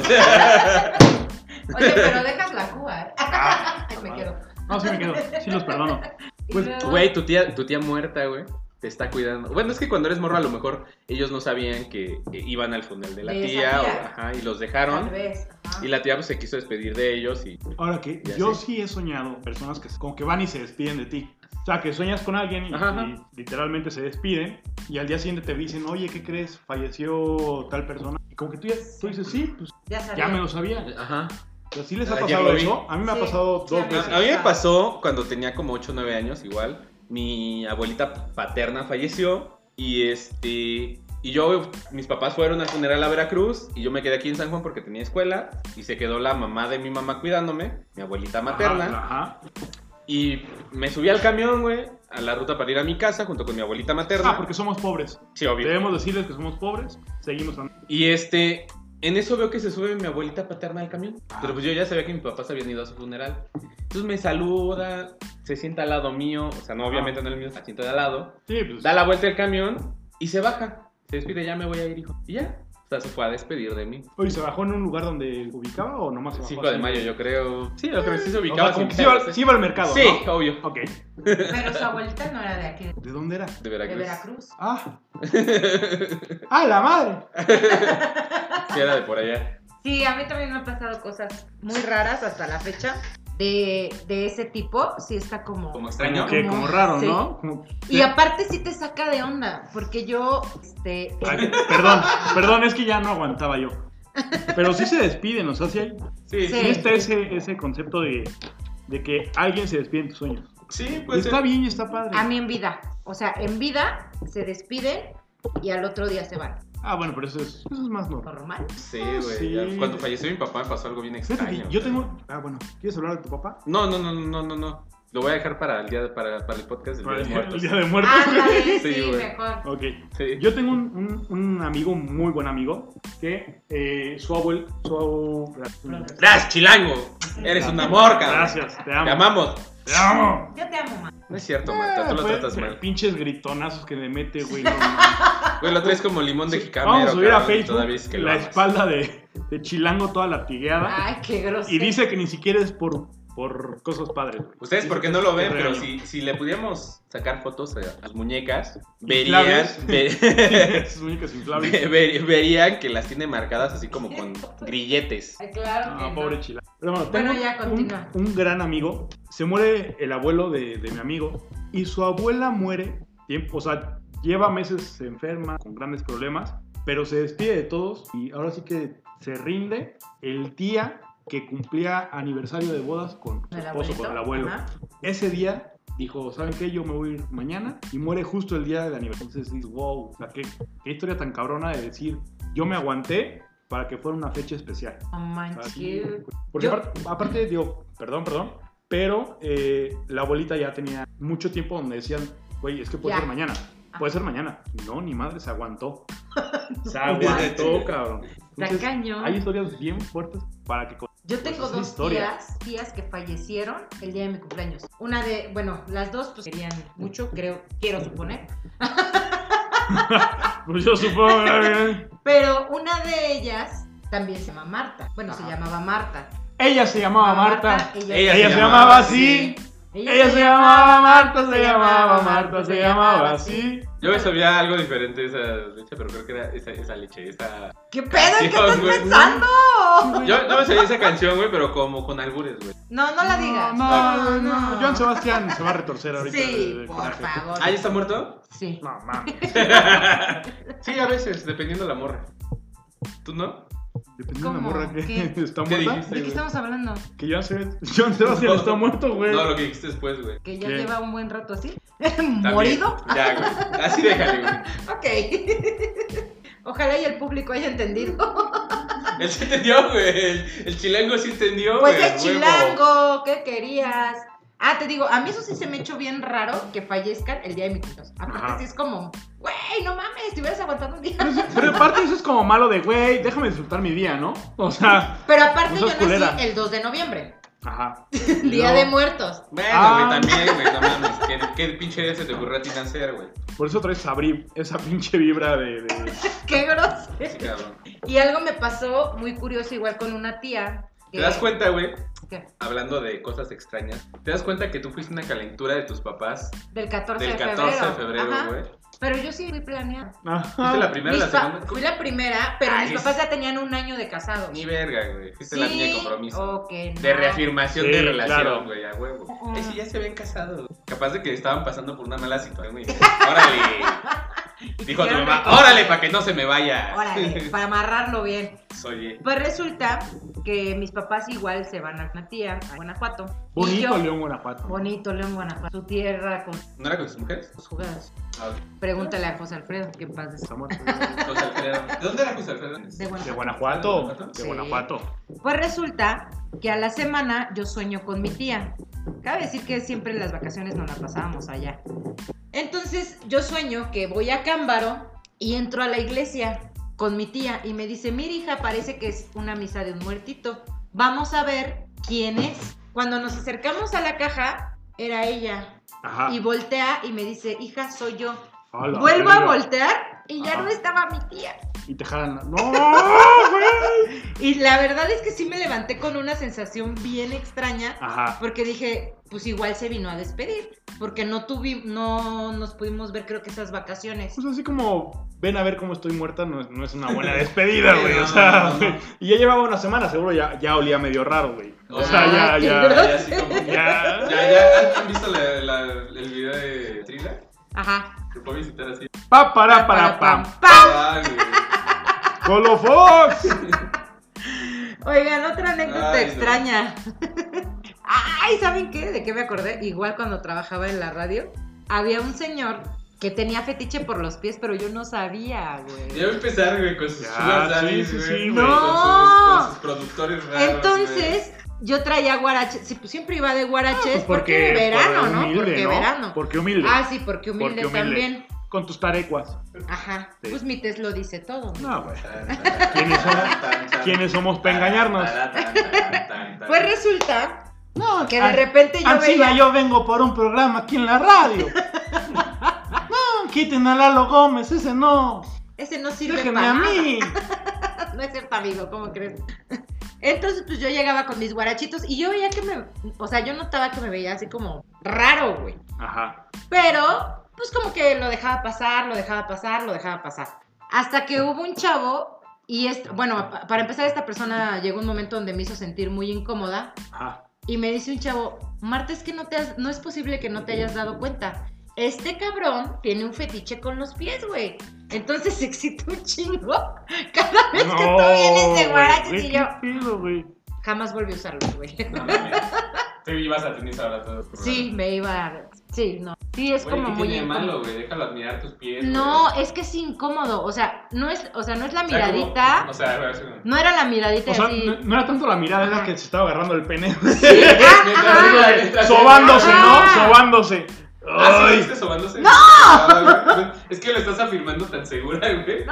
Speaker 3: Oye, pero dejas la cuba, ¿eh?
Speaker 1: Ah,
Speaker 3: Ay, me quedo.
Speaker 1: No, sí me quedo. Sí los perdono.
Speaker 3: Y
Speaker 1: Pues,
Speaker 3: luego-
Speaker 2: Güey, tu tía, tu tía muerta, güey. Te está cuidando. Bueno, es que cuando eres morro a lo mejor ellos no sabían que eh, iban al funeral de la
Speaker 3: De esa
Speaker 2: tía, o-
Speaker 3: tía.
Speaker 2: ajá, y los
Speaker 3: Tal
Speaker 2: dejaron.
Speaker 3: vez. ajá.
Speaker 2: Y la tía pues, se quiso despedir de ellos y
Speaker 1: Ahora que
Speaker 2: Ya
Speaker 1: yo
Speaker 2: sé.
Speaker 1: sí he soñado personas que como que van y se despiden de ti. O sea, que sueñas con alguien y,
Speaker 2: Ajá, ajá.
Speaker 1: y literalmente se despiden y al día siguiente te dicen, oye, ¿qué crees? Falleció tal persona. Y como que tú ya tú dices, sí, pues
Speaker 3: Ya sabía.
Speaker 1: ya me lo sabía.
Speaker 2: Ajá.
Speaker 1: Pero sí les ha
Speaker 2: Ah, ya
Speaker 1: pasado
Speaker 2: lo vi.
Speaker 1: eso. A mí me ha
Speaker 3: Sí,
Speaker 1: pasado
Speaker 3: sí, a
Speaker 1: dos
Speaker 3: mí
Speaker 1: veces.
Speaker 2: pues, A, a mí me pasó cuando tenía como 8 o 9 años, igual. Mi abuelita paterna falleció y este. Y yo, mis papás fueron al funeral a Veracruz y yo me quedé aquí en San Juan porque tenía escuela y se quedó la mamá de mi mamá cuidándome, mi abuelita materna.
Speaker 1: Ajá, ajá.
Speaker 2: Y me subí al camión, güey, a la ruta para ir a mi casa junto con mi abuelita materna.
Speaker 1: Ah, porque somos pobres.
Speaker 2: Sí, obvio.
Speaker 1: Debemos decirles que somos pobres. Seguimos andando.
Speaker 2: Y este, en eso veo que se sube mi abuelita paterna al camión.
Speaker 1: Ah.
Speaker 2: Pero pues yo ya sabía que mis papás habían ido a su funeral. Entonces me saluda, se sienta al lado mío, o
Speaker 1: Ah.
Speaker 2: sea, no obviamente no el mío, se sienta de al lado.
Speaker 1: Sí, pues.
Speaker 2: Da la vuelta del camión y se baja. Se despide, ya me voy a ir, hijo. Y ya. O sea, se fue a despedir de mí.
Speaker 1: Oye, ¿se bajó en un lugar donde ubicaba o nomás se
Speaker 2: El
Speaker 1: bajó?
Speaker 2: 5 de
Speaker 1: así?
Speaker 2: mayo, yo creo. Sí, yo creo que sí se
Speaker 1: O sea,
Speaker 2: ubicaba.
Speaker 1: como
Speaker 2: sin
Speaker 1: que Mm. sí iba,
Speaker 2: pedos,
Speaker 1: sí iba al mercado,
Speaker 2: Sí,
Speaker 1: ¿no?
Speaker 2: obvio.
Speaker 1: Ok.
Speaker 3: Pero su abuelita no era de aquí,
Speaker 1: ¿De dónde era?
Speaker 2: De
Speaker 3: de
Speaker 2: Veracruz.
Speaker 3: Veracruz.
Speaker 1: Ah. ¡Ah, la madre!
Speaker 2: Sí, era de por allá.
Speaker 3: Sí, a mí también me han pasado cosas muy raras hasta la fecha. De, de ese tipo, sí está como...
Speaker 2: Como extraño.
Speaker 1: Que como raro,
Speaker 3: Sí.
Speaker 1: ¿no? Como-
Speaker 3: Y aparte sí te saca de onda, porque yo, este...
Speaker 1: Ay, perdón, perdón, es que ya no aguantaba yo. Pero sí se despiden, o sea, sí, hay- sí
Speaker 2: Sí, sí.
Speaker 1: está ese, ese concepto de, de que alguien se despide en tus sueños.
Speaker 2: Sí,
Speaker 1: Y
Speaker 2: pues.
Speaker 1: está bien y está padre.
Speaker 3: A mí en vida. O sea, en vida se despiden y al otro día se van.
Speaker 1: Ah, bueno, pero eso es, eso es más normal.
Speaker 3: Normal.
Speaker 2: Sí,
Speaker 1: Ah,
Speaker 2: güey.
Speaker 1: sí.
Speaker 2: ya. Cuando falleció mi papá me pasó algo bien
Speaker 1: Fíjate que
Speaker 2: extraño.
Speaker 1: yo tengo. Ah, bueno, ¿quieres hablar de tu papá?
Speaker 2: No, no, no, no, no, no. Lo voy a dejar para el día de- para, para el podcast del Día de
Speaker 1: El
Speaker 2: Muertos.
Speaker 1: día de muertos.
Speaker 3: Ándale, sí,
Speaker 2: Sí, güey.
Speaker 3: mejor.
Speaker 1: Ok.
Speaker 2: Sí.
Speaker 1: Yo tengo un, un- un amigo, un muy buen amigo, que eh, su abuelo. Su abuelo
Speaker 2: Gracias, Chilango. Eres un amor, cabrón.
Speaker 1: Gracias, te amo.
Speaker 2: Te amamos.
Speaker 1: Te amo.
Speaker 3: Yo te amo, más.
Speaker 2: No es cierto, Marta. Tú lo
Speaker 1: Fue-
Speaker 2: tratas
Speaker 1: fue
Speaker 2: mal.
Speaker 1: Pinches gritonazos que le mete, güey. no mames.
Speaker 2: Güey, lo traes como limón de jicamero.
Speaker 1: Vamos a subir a
Speaker 2: cabrón, y Todavía es
Speaker 1: Facebook
Speaker 2: que lo
Speaker 1: la
Speaker 2: amas.
Speaker 1: espalda de, de Chilango toda latigueada.
Speaker 3: Ay, qué grosero.
Speaker 1: y dice que ni siquiera es por, por cosas padres, güey.
Speaker 2: Ustedes
Speaker 1: Dice
Speaker 2: porque
Speaker 1: que
Speaker 2: no
Speaker 1: es
Speaker 2: lo
Speaker 1: por
Speaker 2: ven, pero
Speaker 1: regaño.
Speaker 2: si, si le pudiéramos sacar fotos a sus muñecas, verían,
Speaker 1: Inflables.
Speaker 2: ve-
Speaker 1: Sus muñecas inflables.
Speaker 2: ve- ver- verían que las tiene marcadas así como con grilletes.
Speaker 3: Ay, claro que
Speaker 1: Ah,
Speaker 3: no.
Speaker 1: pobre Chilango. Pero bueno,
Speaker 3: Bueno,
Speaker 1: tengo
Speaker 3: ya, continúa.
Speaker 1: un, un gran amigo. Se muere el abuelo de, de mi amigo. Y su abuela muere. tiempo- o sea, lleva meses enferma, con grandes problemas. Pero se despide de todos. Y ahora sí que se rinde el día que cumplía aniversario de bodas con su
Speaker 3: ¿El
Speaker 1: esposo, con el
Speaker 3: abuelito?
Speaker 1: abuelo.
Speaker 3: Ajá.
Speaker 1: Ese día dijo, ¿saben qué? Yo me voy a ir mañana y muere justo el día del aniversario. Entonces dices, wow, o sea, qué, qué historia tan cabrona de decir, yo me aguanté para que fuera una fecha especial.
Speaker 3: No manches.
Speaker 1: Así. Porque
Speaker 3: Yo-
Speaker 1: aparte, aparte, digo, perdón, perdón, pero eh, la abuelita ya tenía mucho tiempo donde decían, güey, es que puede
Speaker 3: Ya.
Speaker 1: ser mañana, puede
Speaker 3: Ah.
Speaker 1: ser mañana. No, ni madre, se aguantó. Se aguantó, cabrón.
Speaker 3: Está
Speaker 1: Entonces,
Speaker 3: cañón.
Speaker 1: hay historias bien fuertes para que... con-
Speaker 3: Yo tengo
Speaker 1: Pues es
Speaker 3: dos
Speaker 1: historia.
Speaker 3: tías, tías que fallecieron el día de mi cumpleaños. Una de, bueno, las dos pues querían mucho, creo, quiero suponer.
Speaker 1: Pues yo supongo...
Speaker 3: Pero una de ellas también se llama Marta. Bueno, se
Speaker 1: Ajá.
Speaker 3: llamaba Marta.
Speaker 1: Ella se llamaba Marta.
Speaker 2: Ella
Speaker 1: Ella
Speaker 2: se
Speaker 1: se
Speaker 2: llamaba
Speaker 1: llamaba así.
Speaker 3: Ella,
Speaker 1: Ella se llamaba Marta, se llamaba Marta, se llamaba así.
Speaker 2: Yo me sabía algo diferente de esa leche, pero creo que era esa, esa leche, esa...
Speaker 3: ¿Qué pedo? ¿En ¿Qué
Speaker 2: Dios,
Speaker 3: estás
Speaker 2: güey.
Speaker 3: pensando?
Speaker 2: Yo, yo me sabía esa canción, güey, pero como con albures, güey.
Speaker 3: No, no la digas.
Speaker 1: No, no, no. Joan Sebastián se va a retorcer ahorita.
Speaker 3: Sí,
Speaker 1: de- de
Speaker 3: por
Speaker 1: coraje.
Speaker 3: favor.
Speaker 2: ¿Ah, ya está muerto?
Speaker 3: Sí.
Speaker 1: No, mames.
Speaker 2: Sí, a veces, dependiendo de la morra. ¿Tú no?
Speaker 1: Dependiendo de la
Speaker 3: ¿Cómo?
Speaker 1: morra que
Speaker 3: ¿Qué?
Speaker 1: está
Speaker 2: ¿Qué
Speaker 1: muerta.
Speaker 2: dijiste?
Speaker 3: ¿De qué estamos hablando?
Speaker 1: Que Joan, Seb- Joan Sebastián está muerto, güey.
Speaker 2: No, lo que dijiste después, güey.
Speaker 3: Que ya
Speaker 1: ¿Qué?
Speaker 3: lleva un buen rato así.
Speaker 2: También.
Speaker 3: ¿Morido?
Speaker 2: Ya, güey. Así déjale, güey.
Speaker 3: Ok. Ojalá y el público haya entendido.
Speaker 2: Él sí entendió, güey. El, el chilango sí entendió, güey.
Speaker 3: Pues es
Speaker 2: a huevo.
Speaker 3: chilango, ¿qué querías? Ah, te digo, a mí eso sí se me echó bien raro que fallezcan el día de mi cumpleaños. Aparte,
Speaker 1: Ajá.
Speaker 3: sí es como, güey, no mames, te hubieras aguantado un día.
Speaker 2: Pues
Speaker 1: Pero aparte eso es como malo de, güey, déjame disfrutar mi día, ¿no? O sea,
Speaker 3: Pero aparte,
Speaker 1: No
Speaker 3: yo
Speaker 1: seas
Speaker 3: nací
Speaker 1: culera.
Speaker 3: el 2 de noviembre.
Speaker 1: Ajá.
Speaker 3: Día
Speaker 1: No.
Speaker 3: de muertos.
Speaker 2: Bueno,
Speaker 1: Ah.
Speaker 2: güey, también, güey, no mames. ¿Qué, qué pinche día se te ocurrió a ti nacer, güey?
Speaker 1: Por eso traes esa, bri- esa pinche vibra de. de-
Speaker 3: Qué grosero.
Speaker 2: Sí, cabrón.
Speaker 3: Y algo me pasó muy curioso igual con una tía.
Speaker 2: ¿Te das cuenta, güey?
Speaker 3: ¿Qué?
Speaker 2: Hablando de cosas extrañas, ¿te das cuenta que tú fuiste una calentura de tus papás
Speaker 3: Del 14
Speaker 2: del
Speaker 3: de
Speaker 2: 14 de febrero,
Speaker 3: Ajá.
Speaker 2: güey?
Speaker 3: Pero yo sí fui planeada.
Speaker 1: Ajá.
Speaker 2: ¿Fuiste la primera o la
Speaker 3: Mis pa-
Speaker 2: segunda?
Speaker 3: Fui la primera, pero
Speaker 2: Ay,
Speaker 3: mis
Speaker 2: es-
Speaker 3: papás ya tenían un año de casados.
Speaker 2: Ni verga, güey. Fuiste la niña de compromiso.
Speaker 3: ok, no.
Speaker 2: De reafirmación
Speaker 1: Sí,
Speaker 2: de relación,
Speaker 1: claro.
Speaker 2: güey, a huevo.
Speaker 3: Ajá.
Speaker 2: Ay, sí, ya se habían casado. Capaz de que estaban pasando por una mala situación, güey. ¡Órale!
Speaker 3: Y
Speaker 2: Dijo tu
Speaker 3: quisieron
Speaker 2: mamá,
Speaker 3: recordar-
Speaker 2: ¡órale, para que no se me vaya! eh,
Speaker 3: Órale, para amarrarlo bien.
Speaker 2: Oye,
Speaker 3: Pues resulta que mis papás igual se van a una tía, a Guanajuato. Y
Speaker 1: Bonito
Speaker 3: yo-
Speaker 1: León, Guanajuato.
Speaker 3: Bonito León, Guanajuato. Su tierra con
Speaker 2: ¿no era con tus mujeres?
Speaker 3: sus jugadas.
Speaker 2: Ah,
Speaker 3: Pregúntale a José Alfredo que en paz descanse.
Speaker 1: Está muerto.
Speaker 2: José Alfredo. ¿De dónde era José Alfredo?
Speaker 3: de
Speaker 1: De
Speaker 3: Guanajuato.
Speaker 1: Guanajuato.
Speaker 3: Sí.
Speaker 1: De Guanajuato.
Speaker 3: Pues resulta que a la semana yo sueño con mi tía. Cabe decir que siempre en las vacaciones nos la pasábamos allá. Entonces yo sueño que voy a Cámbaro y entro a la iglesia con mi tía y me dice, mira hija, parece que es una misa de un muertito. Vamos a ver quién es. Cuando nos acercamos a la caja, era ella.
Speaker 1: Ajá.
Speaker 3: Y voltea y me dice, hija, soy yo.
Speaker 1: A la
Speaker 3: Vuelvo a
Speaker 1: verga.
Speaker 3: voltear y ya
Speaker 1: Ajá.
Speaker 3: no estaba mi tía.
Speaker 1: Y te jalan. ¡No, güey!
Speaker 3: Y la verdad es que sí me levanté con una sensación bien extraña.
Speaker 1: Ajá.
Speaker 3: Porque dije, pues igual se vino a despedir. Porque no tuvi, no nos pudimos ver, creo que esas vacaciones.
Speaker 1: Pues así como. Ven a ver cómo estoy muerta, no es, no es una buena despedida,
Speaker 2: Sí,
Speaker 1: güey.
Speaker 2: no,
Speaker 1: o sea,
Speaker 2: no, no,
Speaker 1: güey.
Speaker 2: no.
Speaker 1: Y ya llevaba una semana, seguro ya, ya olía medio raro, güey. O sea, ya,
Speaker 3: Ah, qué
Speaker 1: ya.
Speaker 3: grosero.
Speaker 2: Ya, así como- ya,
Speaker 1: Ya.
Speaker 2: ya. ¿Han visto la- la- el video de Trila?
Speaker 3: Ajá.
Speaker 2: Te puedo visitar así.
Speaker 1: Pa, para, para, pam.
Speaker 3: pam.
Speaker 2: Ay, güey.
Speaker 1: ¡Colo Fox!
Speaker 3: Oigan, otra anécdota
Speaker 2: Ay, no.
Speaker 3: extraña. Ay, ¿saben qué? ¿De qué me acordé? Igual cuando trabajaba en la radio, había un señor que tenía fetiche por los pies, pero yo no sabía,
Speaker 2: Ya
Speaker 3: güey.
Speaker 2: va a empezar, güey, con sus
Speaker 1: Ya,
Speaker 2: chulas
Speaker 1: sí,
Speaker 2: daddies,
Speaker 1: sí,
Speaker 2: güey.
Speaker 1: sí, güey.
Speaker 2: con, sus,
Speaker 3: No.
Speaker 2: con sus productores raros.
Speaker 3: Entonces, yo traía guaraches. sí, pues, Siempre iba de guaraches
Speaker 1: Pues
Speaker 3: porque, verano,
Speaker 1: por
Speaker 3: ¿no?
Speaker 1: humilde,
Speaker 3: porque verano.
Speaker 1: Porque humilde.
Speaker 3: Ah, sí, porque humilde,
Speaker 1: Porque humilde.
Speaker 3: también.
Speaker 1: Con tus tarecuas.
Speaker 3: Ajá.
Speaker 1: Sí.
Speaker 3: Pues mi test lo dice todo. ¿no?
Speaker 1: No, güey. ¿Quiénes
Speaker 2: ¿Quiénes
Speaker 1: somos? ¿Quiénes somos para engañarnos?
Speaker 3: Pues resulta
Speaker 1: No,
Speaker 3: que de repente yo
Speaker 1: Ancina,
Speaker 3: veía...
Speaker 1: yo vengo por un programa aquí en la radio. No, quiten a Lalo Gómez, ese no.
Speaker 3: Ese no sirve
Speaker 1: Déjenme
Speaker 3: para
Speaker 1: a
Speaker 3: nada.
Speaker 1: mí.
Speaker 3: No es cierto, amigo, ¿cómo crees? Entonces, pues yo llegaba con mis guarachitos y yo veía que me... O sea, yo notaba que me veía así como raro, güey.
Speaker 1: Ajá.
Speaker 3: Pero, pues como que lo dejaba pasar, lo dejaba pasar, lo dejaba pasar. Hasta que hubo un chavo y... est- Bueno, pa- para empezar, esta persona llegó un momento donde me hizo sentir muy incómoda
Speaker 1: Ajá.
Speaker 3: Y me dice un chavo, Marta, es que no, te has- no es posible que no te hayas dado cuenta. Este cabrón tiene un fetiche con los pies, güey. Entonces se excita un chingo cada vez que tú vienes de guaraches y yo jamás volví a usarlo, güey.
Speaker 2: Te ibas a tenis ahora todo. el programa.
Speaker 3: Sí, me iba a... Sí, no. Sí, es
Speaker 2: Güey,
Speaker 3: como
Speaker 2: ¿qué
Speaker 3: muy...
Speaker 2: tiene de
Speaker 3: incómodo.
Speaker 2: malo, güey? Déjalo admirar tus pies.
Speaker 3: No, es que es incómodo. O sea, no es, o sea, no es la
Speaker 2: güey. O sea, como-
Speaker 3: miradita.
Speaker 2: O sea, güey, así como-
Speaker 3: No era la miradita
Speaker 1: O sea,
Speaker 3: así.
Speaker 1: no, no era tanto la mirada, era que se estaba agarrando el pene.
Speaker 3: Ah,
Speaker 2: Mientras
Speaker 3: ajá.
Speaker 2: arriba de esta-
Speaker 1: Sobándose,
Speaker 3: Ajá.
Speaker 1: ¿no? Sobándose.
Speaker 2: Ah, ¿sí lo
Speaker 1: Ay,
Speaker 2: viste sobándose? ¡No! Es que lo estás afirmando tan segura, güey.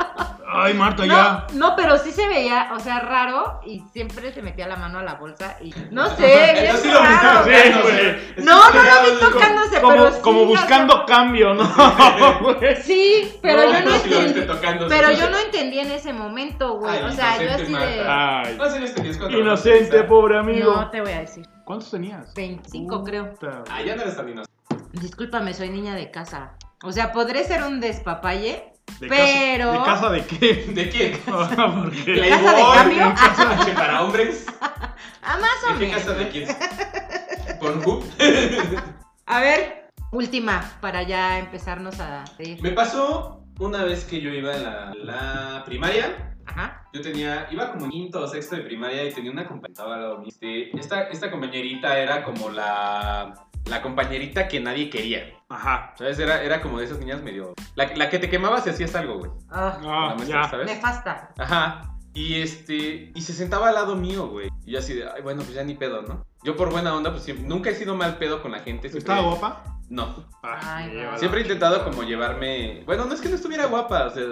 Speaker 1: ay, Marta,
Speaker 3: No,
Speaker 1: ya.
Speaker 3: no, pero sí se veía, o sea, raro y siempre se metía la mano a la bolsa y no sé, bien
Speaker 2: Eso sí lo viste
Speaker 3: raro.
Speaker 1: buscaba, sí.
Speaker 2: tocando,
Speaker 1: güey.
Speaker 2: güey. Eso
Speaker 3: No,
Speaker 2: sí
Speaker 3: no
Speaker 2: lo
Speaker 3: lo vi
Speaker 2: viste tocando.
Speaker 3: tocándose, pero sí,
Speaker 1: Como, como
Speaker 3: o sea,
Speaker 1: buscando cambio, ¿no? güey?
Speaker 3: Sí, pero yo no
Speaker 2: No, sí lo viste
Speaker 3: entendí.
Speaker 2: tocando.
Speaker 3: Pero yo no entendí en ese momento, güey.
Speaker 2: Ay,
Speaker 3: O sea, yo
Speaker 2: inocente
Speaker 3: así de.
Speaker 2: Marta.
Speaker 1: Ay,
Speaker 2: No, sí lo entendí. cuando-
Speaker 1: inocente, pobre amigo. Uh.
Speaker 3: No te voy a decir.
Speaker 1: ¿Cuántos tenías?
Speaker 3: 25, creo.
Speaker 1: Puta.
Speaker 2: Ah, ya no eres tan inocente.
Speaker 3: Discúlpame, soy niña de casa. O sea, podré ser un despapalle,
Speaker 1: ¿De
Speaker 3: pero.
Speaker 1: Casa, ¿De casa de qué? Ah,
Speaker 2: ¿De qué?
Speaker 1: ¿Por qué?
Speaker 3: ¿Casa de
Speaker 2: Playboy,
Speaker 3: cambio?
Speaker 2: ¿Casa de- para hombres?
Speaker 3: Ah, más o
Speaker 2: ¿De qué
Speaker 3: menos.
Speaker 2: casa de quién? ¿Pornhub?
Speaker 3: A ver, última, para ya empezarnos a ir.
Speaker 2: Me pasó una vez que yo iba en la, la primaria.
Speaker 3: Ajá.
Speaker 2: Yo tenía, iba como en quinto o sexto de primaria y tenía una compañerita al lado mío. Este, Esta, esta compañerita era como la, la compañerita que nadie quería.
Speaker 1: Ajá.
Speaker 2: ¿Sabes? Era, era como de esas niñas medio... La, la que te quemaba si hacías algo, güey.
Speaker 3: Ah,
Speaker 1: Ah,
Speaker 2: La maestra,
Speaker 1: ya.
Speaker 2: ¿sabes?
Speaker 3: nefasta.
Speaker 2: Ajá. Y este, y se sentaba al lado mío, güey. Y yo así de, ay, bueno, pues ya ni pedo, ¿no? Yo por buena onda, pues siempre- nunca he sido mal pedo con la gente. siempre-
Speaker 1: ¿Estaba guapa?
Speaker 2: No.
Speaker 1: Ah,
Speaker 3: Ay,
Speaker 1: me lleva
Speaker 3: no.
Speaker 1: la-
Speaker 2: Siempre he intentado como llevarme. Bueno, no es que no estuviera guapa, o sea,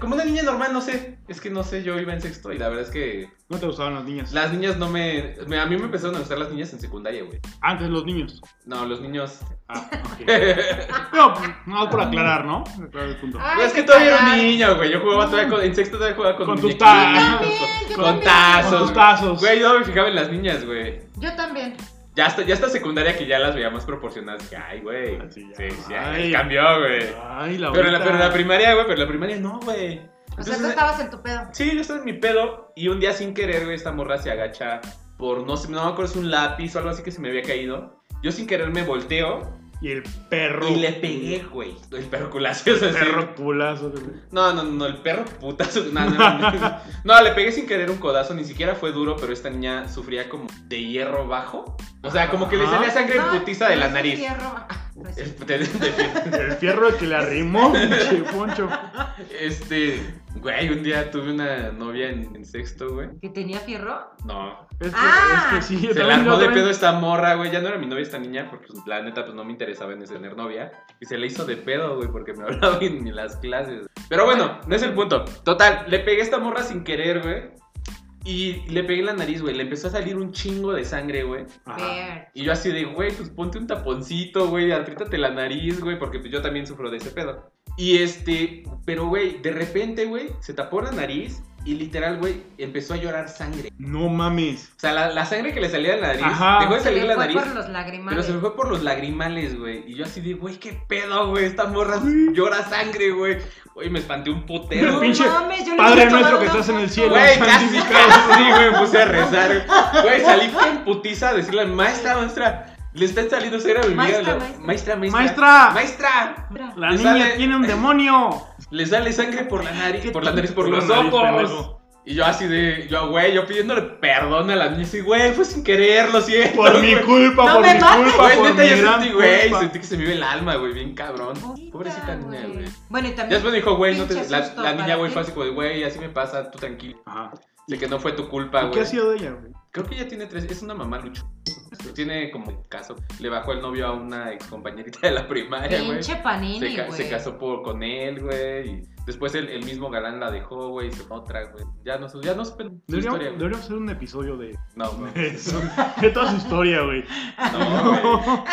Speaker 2: como una niña normal, no sé. Es que no sé, yo iba en sexto y la verdad es que
Speaker 1: No te gustaban las niñas.
Speaker 2: las niñas no me. me- A mí me empezaron a gustar las niñas en secundaria, güey.
Speaker 1: Antes los niños.
Speaker 2: No, los niños.
Speaker 1: Ah, ok. Pero, no, por aclarar, ¿no? Aclarar el punto.
Speaker 3: Ay,
Speaker 2: Pero es que
Speaker 3: qué
Speaker 2: todavía era un
Speaker 3: caray.
Speaker 2: niño, güey. Yo jugaba todavía con. En sexto todavía jugaba con.
Speaker 1: Con tus
Speaker 2: muñequitos,
Speaker 1: tazos.
Speaker 2: güey,
Speaker 3: Yo también,
Speaker 2: Con,
Speaker 3: yo
Speaker 2: con
Speaker 3: también.
Speaker 1: Con
Speaker 2: tazos.
Speaker 1: tus
Speaker 2: güey.
Speaker 1: tazos.
Speaker 2: Güey, yo no me fijaba en las niñas, güey.
Speaker 3: Yo también.
Speaker 2: Ya hasta, ya hasta secundaria que ya las veía más proporcionadas. Dije, Ay, güey.
Speaker 1: Ah,
Speaker 2: Sí,
Speaker 1: sí, ya.
Speaker 2: sí,
Speaker 1: Ay.
Speaker 2: ahí cambió, güey.
Speaker 1: Ay, la
Speaker 2: Pero en la,
Speaker 1: ahorita.
Speaker 2: pero en la primaria, güey, pero en la primaria no, güey.
Speaker 3: O sea,
Speaker 2: Entonces, eh,
Speaker 3: tú estabas en tu pedo.
Speaker 2: Sí, yo estaba en mi pedo y un día sin querer, güey, esta morra se agacha por, no sé, no me acuerdo si un lápiz o algo así que se me había caído. Yo sin querer me volteo
Speaker 1: Y el perro.
Speaker 2: y le pegué, güey. El perro culazo, o sea,
Speaker 1: El
Speaker 2: sí.
Speaker 1: perro culazo. güey.
Speaker 2: No, no, no, el perro putazo. No, no, no, no. No, le pegué sin querer un codazo, ni siquiera fue duro, pero esta niña sufría como de hierro bajo. O sea, como que le
Speaker 1: Ajá.
Speaker 2: salía sangre
Speaker 3: No,
Speaker 2: putiza de
Speaker 3: no
Speaker 2: la
Speaker 3: es
Speaker 2: nariz.
Speaker 3: fierro. Ah, no es
Speaker 2: El-
Speaker 3: cierto.
Speaker 2: de- de-
Speaker 1: El fierro que le arrimó, pinche poncho.
Speaker 2: Este, güey, un día tuve una novia en, en sexto, güey.
Speaker 3: ¿Que tenía fierro?
Speaker 2: No.
Speaker 1: Es que,
Speaker 3: Ah.
Speaker 1: es que sí,
Speaker 2: Se la
Speaker 1: también
Speaker 2: armó
Speaker 1: lo
Speaker 2: de
Speaker 1: traen.
Speaker 2: pedo esta morra, güey. Ya no era mi novia esta niña, porque pues, la neta, pues no me interesaba en ese tener novia. Y se le hizo de pedo, güey, porque me hablaba en, en las clases. Pero bueno, no es el punto. Total, le pegué a esta morra sin querer, güey. Y le pegué en la nariz, güey. Le empezó a salir un chingo de sangre, güey.
Speaker 1: Ajá.
Speaker 3: Ver.
Speaker 2: Y yo así de, güey, pues ponte un taponcito, güey, apriétate la nariz, güey, porque pues yo también sufro de ese pedo. Y este, pero güey, de repente, güey, se tapó la nariz y literal, güey, empezó a llorar sangre.
Speaker 1: No mames.
Speaker 2: O sea, la, la sangre que le salía de la nariz,
Speaker 1: Ajá.
Speaker 2: dejó de
Speaker 3: Se
Speaker 2: salir
Speaker 3: le
Speaker 2: la
Speaker 3: fue
Speaker 2: nariz.
Speaker 3: por los
Speaker 2: Pero
Speaker 3: lagrimales.
Speaker 2: se me fue por los lagrimales, güey. Y yo así de, güey, qué pedo, güey. Esta morra llora sangre, güey. Güey, me espanté un
Speaker 1: El
Speaker 2: putero.
Speaker 1: pinche
Speaker 3: mames, yo le
Speaker 1: Padre
Speaker 3: hubiera
Speaker 1: nuestro
Speaker 3: tomado
Speaker 1: que
Speaker 3: una
Speaker 1: estás en el
Speaker 3: foto.
Speaker 1: cielo.
Speaker 2: Güey, casi,
Speaker 1: santificado.
Speaker 2: casi, güey, me puse a rezar. Güey, salí con putiza a decirle, maestra, maestra, le están saliendo cera a mi vida.
Speaker 3: Maestra,
Speaker 2: Lo- Maestra, maestra.
Speaker 1: Maestra.
Speaker 2: Maestra.
Speaker 1: La
Speaker 2: Le
Speaker 1: niña
Speaker 2: sale-
Speaker 1: tiene un demonio.
Speaker 2: Le sale sangre por la nariz, por la nariz, por
Speaker 1: Por la
Speaker 2: los
Speaker 1: nariz,
Speaker 2: ojos.
Speaker 1: pendejo.
Speaker 2: Y yo así de, yo, güey, yo pidiéndole perdón a la niña. Y güey, fue sin querer, lo siento.
Speaker 1: Por mi
Speaker 2: güey.
Speaker 1: culpa,
Speaker 3: No
Speaker 1: por
Speaker 3: me
Speaker 1: mi
Speaker 3: mates.
Speaker 1: culpa,
Speaker 2: Güey,
Speaker 1: por
Speaker 2: neta,
Speaker 1: mi
Speaker 2: yo
Speaker 1: gran
Speaker 2: sentí, güey,
Speaker 1: culpa.
Speaker 2: sentí que se me iba el alma, güey, bien cabrón.
Speaker 3: Pobrecita,
Speaker 2: Pobrecita niña, güey.
Speaker 3: Bueno, y
Speaker 2: Ya
Speaker 3: también.
Speaker 2: después me dijo, güey, no te,
Speaker 3: Pinche
Speaker 2: la,
Speaker 3: susto
Speaker 2: la
Speaker 3: para
Speaker 2: niña, güey,
Speaker 3: ti.
Speaker 2: fue así como de, güey, así me pasa, tú tranquilo.
Speaker 1: Ajá.
Speaker 2: Sé que no fue tu culpa,
Speaker 1: ¿Y
Speaker 2: güey.
Speaker 1: ¿Qué ha sido de ella, güey?
Speaker 2: Creo que ella tiene tres, es una mamá lucho. Tiene como caso. Le bajó el novio a una ex compañerita de la primaria, güey.
Speaker 3: Pinche
Speaker 2: Se,
Speaker 3: panini,
Speaker 2: ca-
Speaker 3: güey.
Speaker 2: se casó por, con él, güey. y Después el, el mismo galán la dejó, güey. y Se fue a otra, güey. Ya no sé, ya no supe su
Speaker 1: Deberíamos,
Speaker 2: historia, güey.
Speaker 1: deberíamos hacer un episodio de
Speaker 2: No, no,
Speaker 1: de eso. De toda su historia, güey.
Speaker 2: no,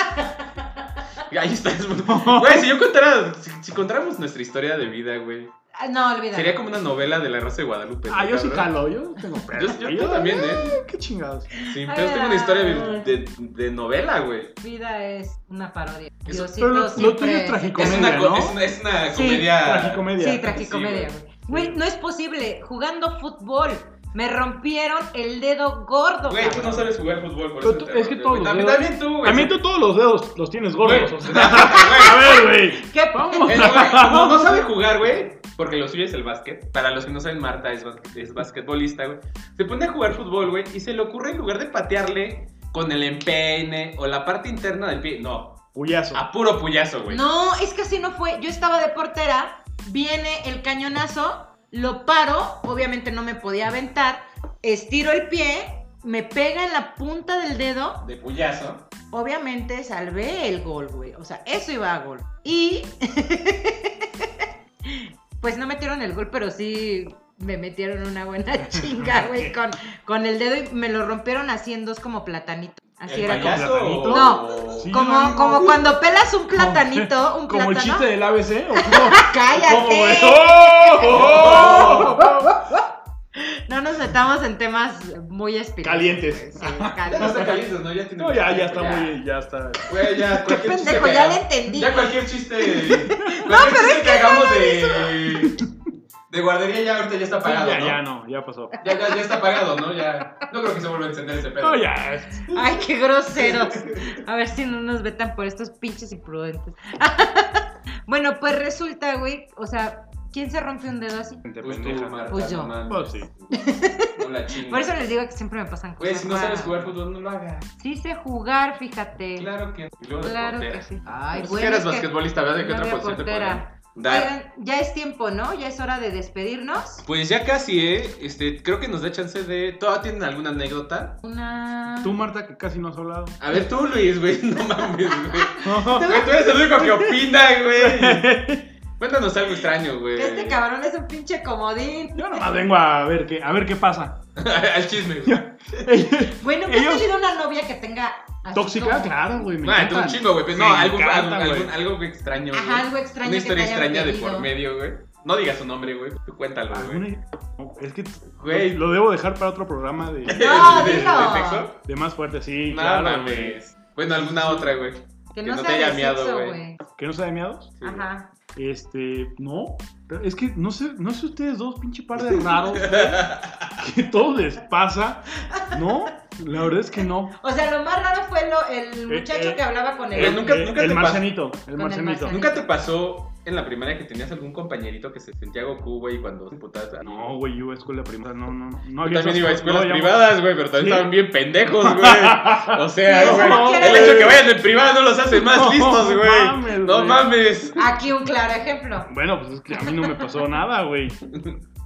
Speaker 2: güey. Ahí está. es- Güey, si yo contara, si, si contáramos nuestra historia de vida, güey.
Speaker 3: Ah, No, olvídalo.
Speaker 2: Sería como una novela de la Rosa de Guadalupe.
Speaker 1: Ah,
Speaker 2: ¿no,
Speaker 1: yo sí
Speaker 2: cabrón?
Speaker 1: jalo, yo tengo pedo. Ah,
Speaker 2: Yo, yo también, ¿eh?
Speaker 1: Qué chingados.
Speaker 2: Sí, pero tengo una historia de, de- de novela, güey.
Speaker 3: Vida es una parodia.
Speaker 2: Es-
Speaker 3: Diosito
Speaker 1: pero lo- lo tuyo
Speaker 3: siempre.
Speaker 1: es
Speaker 2: Es
Speaker 1: tragicomedia.
Speaker 2: una, co-
Speaker 1: ¿no?
Speaker 2: es una, es una
Speaker 3: Sí,
Speaker 2: comedia.
Speaker 1: Tragicomedia.
Speaker 3: Sí, tragicomedia,
Speaker 2: Sí,
Speaker 3: güey. Güey, no es posible. Jugando fútbol. Me rompieron el dedo gordo.
Speaker 2: Güey, tú
Speaker 3: cabrón.
Speaker 2: no sabes jugar fútbol, por
Speaker 1: Pero
Speaker 2: eso
Speaker 1: tú-
Speaker 2: te
Speaker 1: es que
Speaker 2: rompes,
Speaker 1: todos
Speaker 2: güey.
Speaker 1: los
Speaker 2: También,
Speaker 1: dedos-
Speaker 2: también tú, güey.
Speaker 1: También tú todos los dedos los tienes gordos.
Speaker 2: Güey.
Speaker 1: o sea. a ver, güey.
Speaker 3: ¿Qué
Speaker 1: Vamos.
Speaker 2: El güey no, no sabe jugar, güey. Porque lo suyo es el básquet. Para los que no saben, Marta es, bas- es basquetbolista, güey. Se pone a jugar fútbol, güey. Y se le ocurre, en lugar de patearle con el empeine o la parte interna del pie. No,
Speaker 1: Puyazo.
Speaker 2: a puro puyazo, güey.
Speaker 3: No, es que así no fue. Yo estaba de portera, viene el cañonazo, lo paro, obviamente no me podía aventar, estiro el pie, me pega en la punta del dedo,
Speaker 2: De puyazo.
Speaker 3: obviamente salvé el gol, güey. O sea, eso iba a gol. Y... pues no metieron el gol, pero sí me metieron una buena chinga, güey, con, con el dedo y me lo rompieron así en dos como platanito. Así
Speaker 2: ¿El
Speaker 3: era como...
Speaker 2: payaso
Speaker 1: platanito?
Speaker 2: o-
Speaker 3: No.
Speaker 1: Sí, no,
Speaker 3: Como,
Speaker 1: no,
Speaker 3: como
Speaker 1: no.
Speaker 3: cuando pelas un platanito, un
Speaker 1: Como el
Speaker 3: plátano.
Speaker 1: chiste del ABC. ¿o cómo? ¿Cómo, güey?
Speaker 3: ¡Cállate!
Speaker 1: ¡Oh!
Speaker 3: No nos metamos en temas muy espirituales.
Speaker 1: Calientes.
Speaker 3: Sí,
Speaker 2: Ya no está caliente,
Speaker 3: calientes.
Speaker 2: ¿no? Ya tiene.
Speaker 1: No, ya, ya está muy. Ya está.
Speaker 2: Güey, ya,
Speaker 3: Qué
Speaker 2: cualquier chiste
Speaker 3: pendejo,
Speaker 2: que
Speaker 3: ya
Speaker 2: haga-
Speaker 3: le entendí.
Speaker 2: Ya cualquier chiste. cualquier chiste que, hagamos de. De guardería ya ahorita ya está apagado.
Speaker 1: ya,
Speaker 2: ¿no?
Speaker 1: ya no, ya pasó.
Speaker 2: Ya, ya, ya está apagado, ¿no? Ya. No creo que se vuelva a encender ese pedo.
Speaker 1: No, ya.
Speaker 2: pues
Speaker 1: es-
Speaker 3: Ay, qué groseros. A ver si no nos vetan por estos pinches imprudentes. Bueno, pues resulta, güey, o sea, ¿quién se rompe un dedo así?
Speaker 1: Gente
Speaker 2: Pues tú,
Speaker 1: pendeja.
Speaker 2: Marta,
Speaker 3: Pues yo.
Speaker 2: no mames.
Speaker 1: Pues sí.
Speaker 2: No la chingas.
Speaker 3: Por eso les digo que siempre me pasan cosas.
Speaker 2: Güey, si no
Speaker 3: raras.
Speaker 2: sabes jugar fútbol, no lo hagas.
Speaker 3: Sí sé jugar, fíjate.
Speaker 2: Claro que. Y luego de
Speaker 3: Claro
Speaker 2: portera.
Speaker 3: que sí. Ay,
Speaker 2: Pues
Speaker 3: güey.
Speaker 2: que eras
Speaker 3: es que
Speaker 2: basquetbolista, ¿verdad? ¿De qué
Speaker 3: no
Speaker 2: otra
Speaker 3: había
Speaker 2: posición te
Speaker 3: portera.
Speaker 2: Dar-
Speaker 3: Oigan, ya es tiempo, ¿no? Ya es hora de despedirnos.
Speaker 2: Pues ya casi, ¿eh? Este, creo que nos da chance de... ¿Todavía tienen alguna anécdota?
Speaker 3: Una.
Speaker 1: Tú, Marta, que casi no has hablado.
Speaker 2: A ver, tú, Luis, güey, no mames, güey. Güey, tú eres el único que opina, güey. Cuéntanos algo extraño, güey.
Speaker 3: Que este cabrón es un pinche comodín.
Speaker 1: Yo nomás vengo a ver qué, a ver qué pasa.
Speaker 2: Al chisme, güey.
Speaker 3: Bueno, ¿qué ha
Speaker 1: Ellos-
Speaker 3: tenido una novia que tenga. así
Speaker 1: ¿Tóxica?
Speaker 3: como-
Speaker 1: Claro, güey. me
Speaker 2: No, tú Ah, un
Speaker 1: encantan.
Speaker 2: chingo, güey. Pero
Speaker 1: Me
Speaker 2: no, algo,
Speaker 1: encantan,
Speaker 2: algo,
Speaker 1: güey.
Speaker 2: algún- algo extraño, güey.
Speaker 3: Ajá, algo extraño.
Speaker 2: Una
Speaker 3: que
Speaker 2: historia
Speaker 3: te hayan
Speaker 2: extraña de
Speaker 3: pedido.
Speaker 2: por medio, güey. No digas su nombre, güey. Tú cuéntalo, güey.
Speaker 1: Alguna- Ah, no, Es que
Speaker 2: Güey.
Speaker 1: lo debo dejar para otro programa de,
Speaker 3: No,
Speaker 2: ¿De, de- de
Speaker 3: dilo.
Speaker 2: sexo?
Speaker 1: de más fuerte, sí.
Speaker 2: No
Speaker 1: claro, güey.
Speaker 2: mames. Bueno, alguna otra, güey.
Speaker 3: Que no,
Speaker 2: que no te
Speaker 3: sea
Speaker 2: haya
Speaker 3: de
Speaker 2: miado,
Speaker 3: sexo,
Speaker 2: güey.
Speaker 3: güey.
Speaker 1: ¿Que no sea de miados?
Speaker 2: Sí.
Speaker 3: Ajá.
Speaker 1: Este, no. Pero Es que no sé, no sé ustedes dos, pinche par de raros, güey, que todo les pasa. No, la verdad es que no.
Speaker 3: O sea, lo más raro fue lo, el
Speaker 1: Eh,
Speaker 3: muchacho
Speaker 1: eh,
Speaker 3: que hablaba con
Speaker 2: Pero
Speaker 3: él.
Speaker 1: Eh,
Speaker 2: nunca-
Speaker 1: eh,
Speaker 2: nunca
Speaker 1: el
Speaker 2: te pas-
Speaker 1: marcenito, el
Speaker 3: el
Speaker 1: marcenito.
Speaker 3: marcenito.
Speaker 2: ¿Nunca te pasó en la primaria que tenías algún compañerito que se sentía Goku, güey, cuando se putaba?
Speaker 1: No, güey, yo iba a escuela privada, no, no, no. no
Speaker 2: Yo
Speaker 1: había
Speaker 2: también iba a
Speaker 1: esas cosas,
Speaker 2: escuelas
Speaker 1: no, ya-
Speaker 2: privadas, güey, pero también
Speaker 1: Sí.
Speaker 2: estaban bien pendejos, güey. O sea,
Speaker 3: No,
Speaker 2: güey,
Speaker 1: no,
Speaker 2: el
Speaker 1: güey.
Speaker 2: hecho de que vayan en privado no los hace más
Speaker 1: No,
Speaker 2: listos, güey.
Speaker 1: mames,
Speaker 2: no
Speaker 1: güey.
Speaker 2: mames.
Speaker 3: Aquí un claro ejemplo.
Speaker 1: Bueno, pues es que a mí no me pasó nada, güey.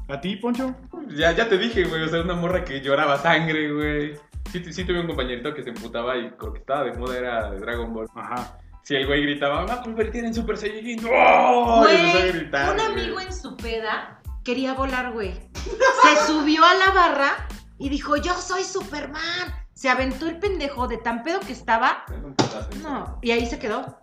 Speaker 1: ¿A ti, Poncho?
Speaker 2: Ya, ya te dije, güey, o sea, una morra que lloraba sangre, güey. Sí, tu- sí tuve un compañerito que se emputaba y creo que estaba de moda era de Dragon Ball.
Speaker 1: Ajá.
Speaker 2: Si el güey gritaba, me va a convertir en Super Saiyajin. ¡Oh! Y empezó a
Speaker 3: Güey,
Speaker 2: gritar.
Speaker 3: un
Speaker 2: güey.
Speaker 3: amigo en su peda quería volar, güey. Se subió a la barra y dijo, yo soy Superman. Se aventó el pendejo de tan pedo que estaba.
Speaker 2: Es un putazo, güey.
Speaker 3: No, y ahí se quedó.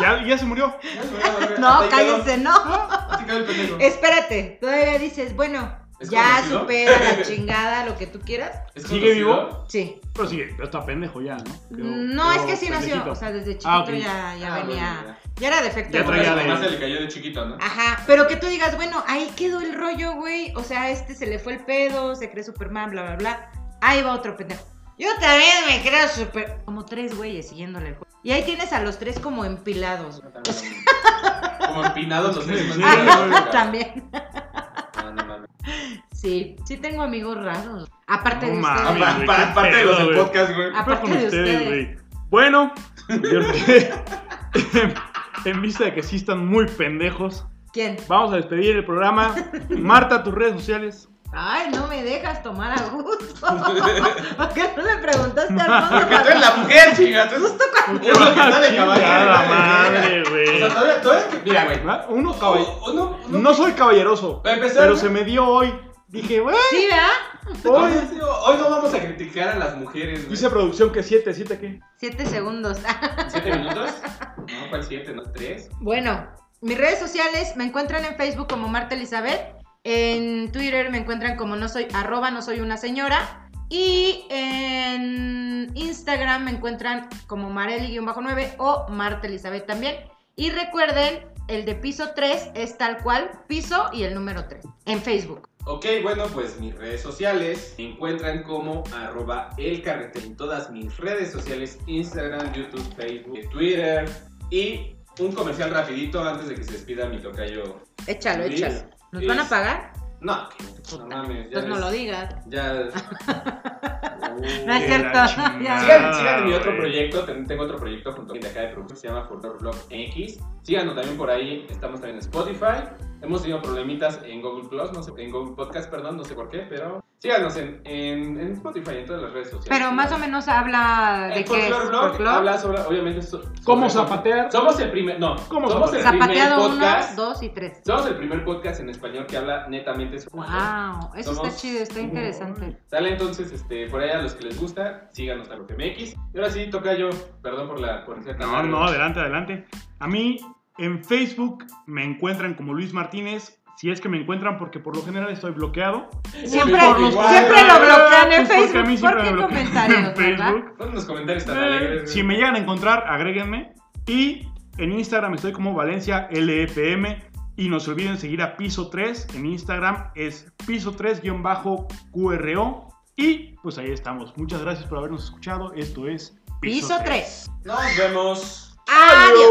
Speaker 1: ¿Ya, ya se murió?
Speaker 3: No,
Speaker 2: Hasta ahí quedó.
Speaker 3: cállense, no.
Speaker 2: Así quedó el pendejo.
Speaker 3: Espérate, todavía dices, bueno,
Speaker 2: ¿Es
Speaker 3: ya
Speaker 2: conocido?
Speaker 3: supera la chingada, lo que tú quieras.
Speaker 2: ¿Es
Speaker 1: ¿Sigue
Speaker 2: conocido?
Speaker 1: vivo?
Speaker 3: Sí.
Speaker 1: Pero sí, pero está pendejo ya, ¿no? Quedó-
Speaker 3: No, es
Speaker 1: quedó
Speaker 3: que sí nació.
Speaker 1: pendejito.
Speaker 3: O sea, desde chiquito
Speaker 1: Ah, ok.
Speaker 3: ya, ya
Speaker 2: Ah, bueno,
Speaker 3: venía.
Speaker 2: ya.
Speaker 3: ya era defecto.
Speaker 1: Ya
Speaker 3: güey.
Speaker 1: traía
Speaker 2: Además,
Speaker 1: de-
Speaker 2: se le cayó de chiquito, ¿no?
Speaker 3: Ajá, pero que tú digas, bueno, ahí quedó el rollo, güey. O sea, este se le fue el pedo, se cree Superman, bla, bla, bla. Ahí va otro pendejo. Yo también me creo super. Como tres güeyes siguiéndole el juego. Y ahí tienes a los tres como empilados, güey.
Speaker 2: Como empinados los tres.
Speaker 1: Sí,
Speaker 3: Ajá, Ah, también.
Speaker 2: No, no mames.
Speaker 3: Sí, sí tengo amigos raros. Aparte
Speaker 1: No
Speaker 3: de
Speaker 1: mames.
Speaker 3: ustedes.
Speaker 2: Ah, Pa- pa- Parte de los del podcast, güey.
Speaker 1: Fue
Speaker 3: Ah,
Speaker 1: con
Speaker 3: aparte de ustedes.
Speaker 1: güey. Bueno, yo creo que- en vista de que sí están muy pendejos,
Speaker 3: ¿Quién?
Speaker 1: vamos a despedir el programa. Marta, tus redes sociales.
Speaker 3: Ay, no me dejas tomar a gusto. ¿Por qué no le preguntaste al mundo?
Speaker 2: Porque tú eres la mujer, chinga. Tú eres uno que está de
Speaker 1: Ah, Chingada
Speaker 2: caballero.
Speaker 1: madre,
Speaker 2: güey. O sea,
Speaker 1: güey.
Speaker 2: todavía, todavía que- Mira, güey.
Speaker 1: ¿Ah? Uno caballero.
Speaker 2: No, no, no.
Speaker 1: No soy caballeroso,
Speaker 2: Para empezar,
Speaker 1: pero
Speaker 2: güey.
Speaker 1: se me dio hoy. Dije, güey,
Speaker 3: Sí, ¿verdad?
Speaker 1: hoy.
Speaker 2: Hoy, hoy no vamos a criticar a las mujeres, güey.
Speaker 1: Dice producción que 7, 7 qué.
Speaker 3: Siete segundos.
Speaker 2: ¿Siete minutos? No, ¿cuál siete? ¿No? ¿Tres?
Speaker 3: Bueno, mis redes sociales me encuentran en Facebook como Marta Elizabeth, en Twitter me encuentran como no soy arroba no soy una señora y en Instagram me encuentran como Mareli-9 o Marta Elizabeth también. Y recuerden, el de piso 3 es tal cual, piso y el número 3 en Facebook.
Speaker 2: Ok, bueno, pues mis redes sociales me encuentran como arroba el carretel en todas mis redes sociales, Instagram, YouTube, Facebook, Twitter y un comercial rapidito antes de que se despida mi tocayo.
Speaker 3: Échalo,
Speaker 2: Luis.
Speaker 3: échalo. ¿Nos van a
Speaker 2: Luis.
Speaker 3: pagar?
Speaker 2: No, no
Speaker 3: Puta,
Speaker 2: mames, ya
Speaker 3: Pues no
Speaker 2: ves,
Speaker 3: lo digas.
Speaker 2: Ya.
Speaker 3: No es
Speaker 1: De
Speaker 3: cierto.
Speaker 1: la chingada,
Speaker 3: Ya.
Speaker 2: Sigan, sigan mi
Speaker 1: güey.
Speaker 2: otro proyecto, ten- tengo otro proyecto junto a gente acá de producción, se llama Furtor Blog X. Síganos también por ahí, estamos también en Spotify. Hemos tenido problemitas en Google Plus, no sé, en Google Podcast, perdón, no sé por qué, pero síganos en, en, en Spotify, en todas las redes sociales.
Speaker 3: Pero más o menos habla de
Speaker 2: En
Speaker 3: qué es
Speaker 2: Folklore Blog
Speaker 3: folclore.
Speaker 2: habla sobre, obviamente, so- sobre-
Speaker 1: ¿Cómo zapatear?
Speaker 2: Somos el primer, no,
Speaker 1: ¿Cómo
Speaker 2: somos el
Speaker 1: zapatear?
Speaker 2: primer
Speaker 3: Zapateado 1,
Speaker 2: podcast.
Speaker 3: 2 y 3.
Speaker 2: Somos el primer podcast en español que habla netamente sobre.
Speaker 3: Wow, eso
Speaker 2: Somos-
Speaker 3: está chido, está interesante.
Speaker 2: Sale entonces, este, por ahí a los que les gusta, síganos a los MX. Y ahora sí, toca yo, perdón por la por ser tan
Speaker 1: No,
Speaker 2: largo.
Speaker 1: no, adelante, adelante. A mí en Facebook me encuentran como Luis Martínez. Si es que me encuentran, porque por lo general estoy bloqueado.
Speaker 3: Siempre,
Speaker 1: Por los-
Speaker 3: siempre lo bloquean en
Speaker 1: Pues porque a mí
Speaker 3: Facebook.
Speaker 1: siempre
Speaker 3: ¿Por qué
Speaker 1: me bloquean
Speaker 3: comentarios,
Speaker 1: en
Speaker 3: verdad?
Speaker 1: Facebook.
Speaker 2: Pon unos comentarios tan
Speaker 1: Eh,
Speaker 2: alegres.
Speaker 1: si
Speaker 2: güey.
Speaker 1: me llegan a encontrar, agréguenme. Y en Instagram estoy como Valencia LFM. Y no se olviden seguir a Piso 3. En Instagram es piso 3-QRO. Y pues ahí estamos. Muchas gracias por habernos escuchado. Esto es
Speaker 3: Piso 3.
Speaker 2: Nos vemos.
Speaker 3: Adiós.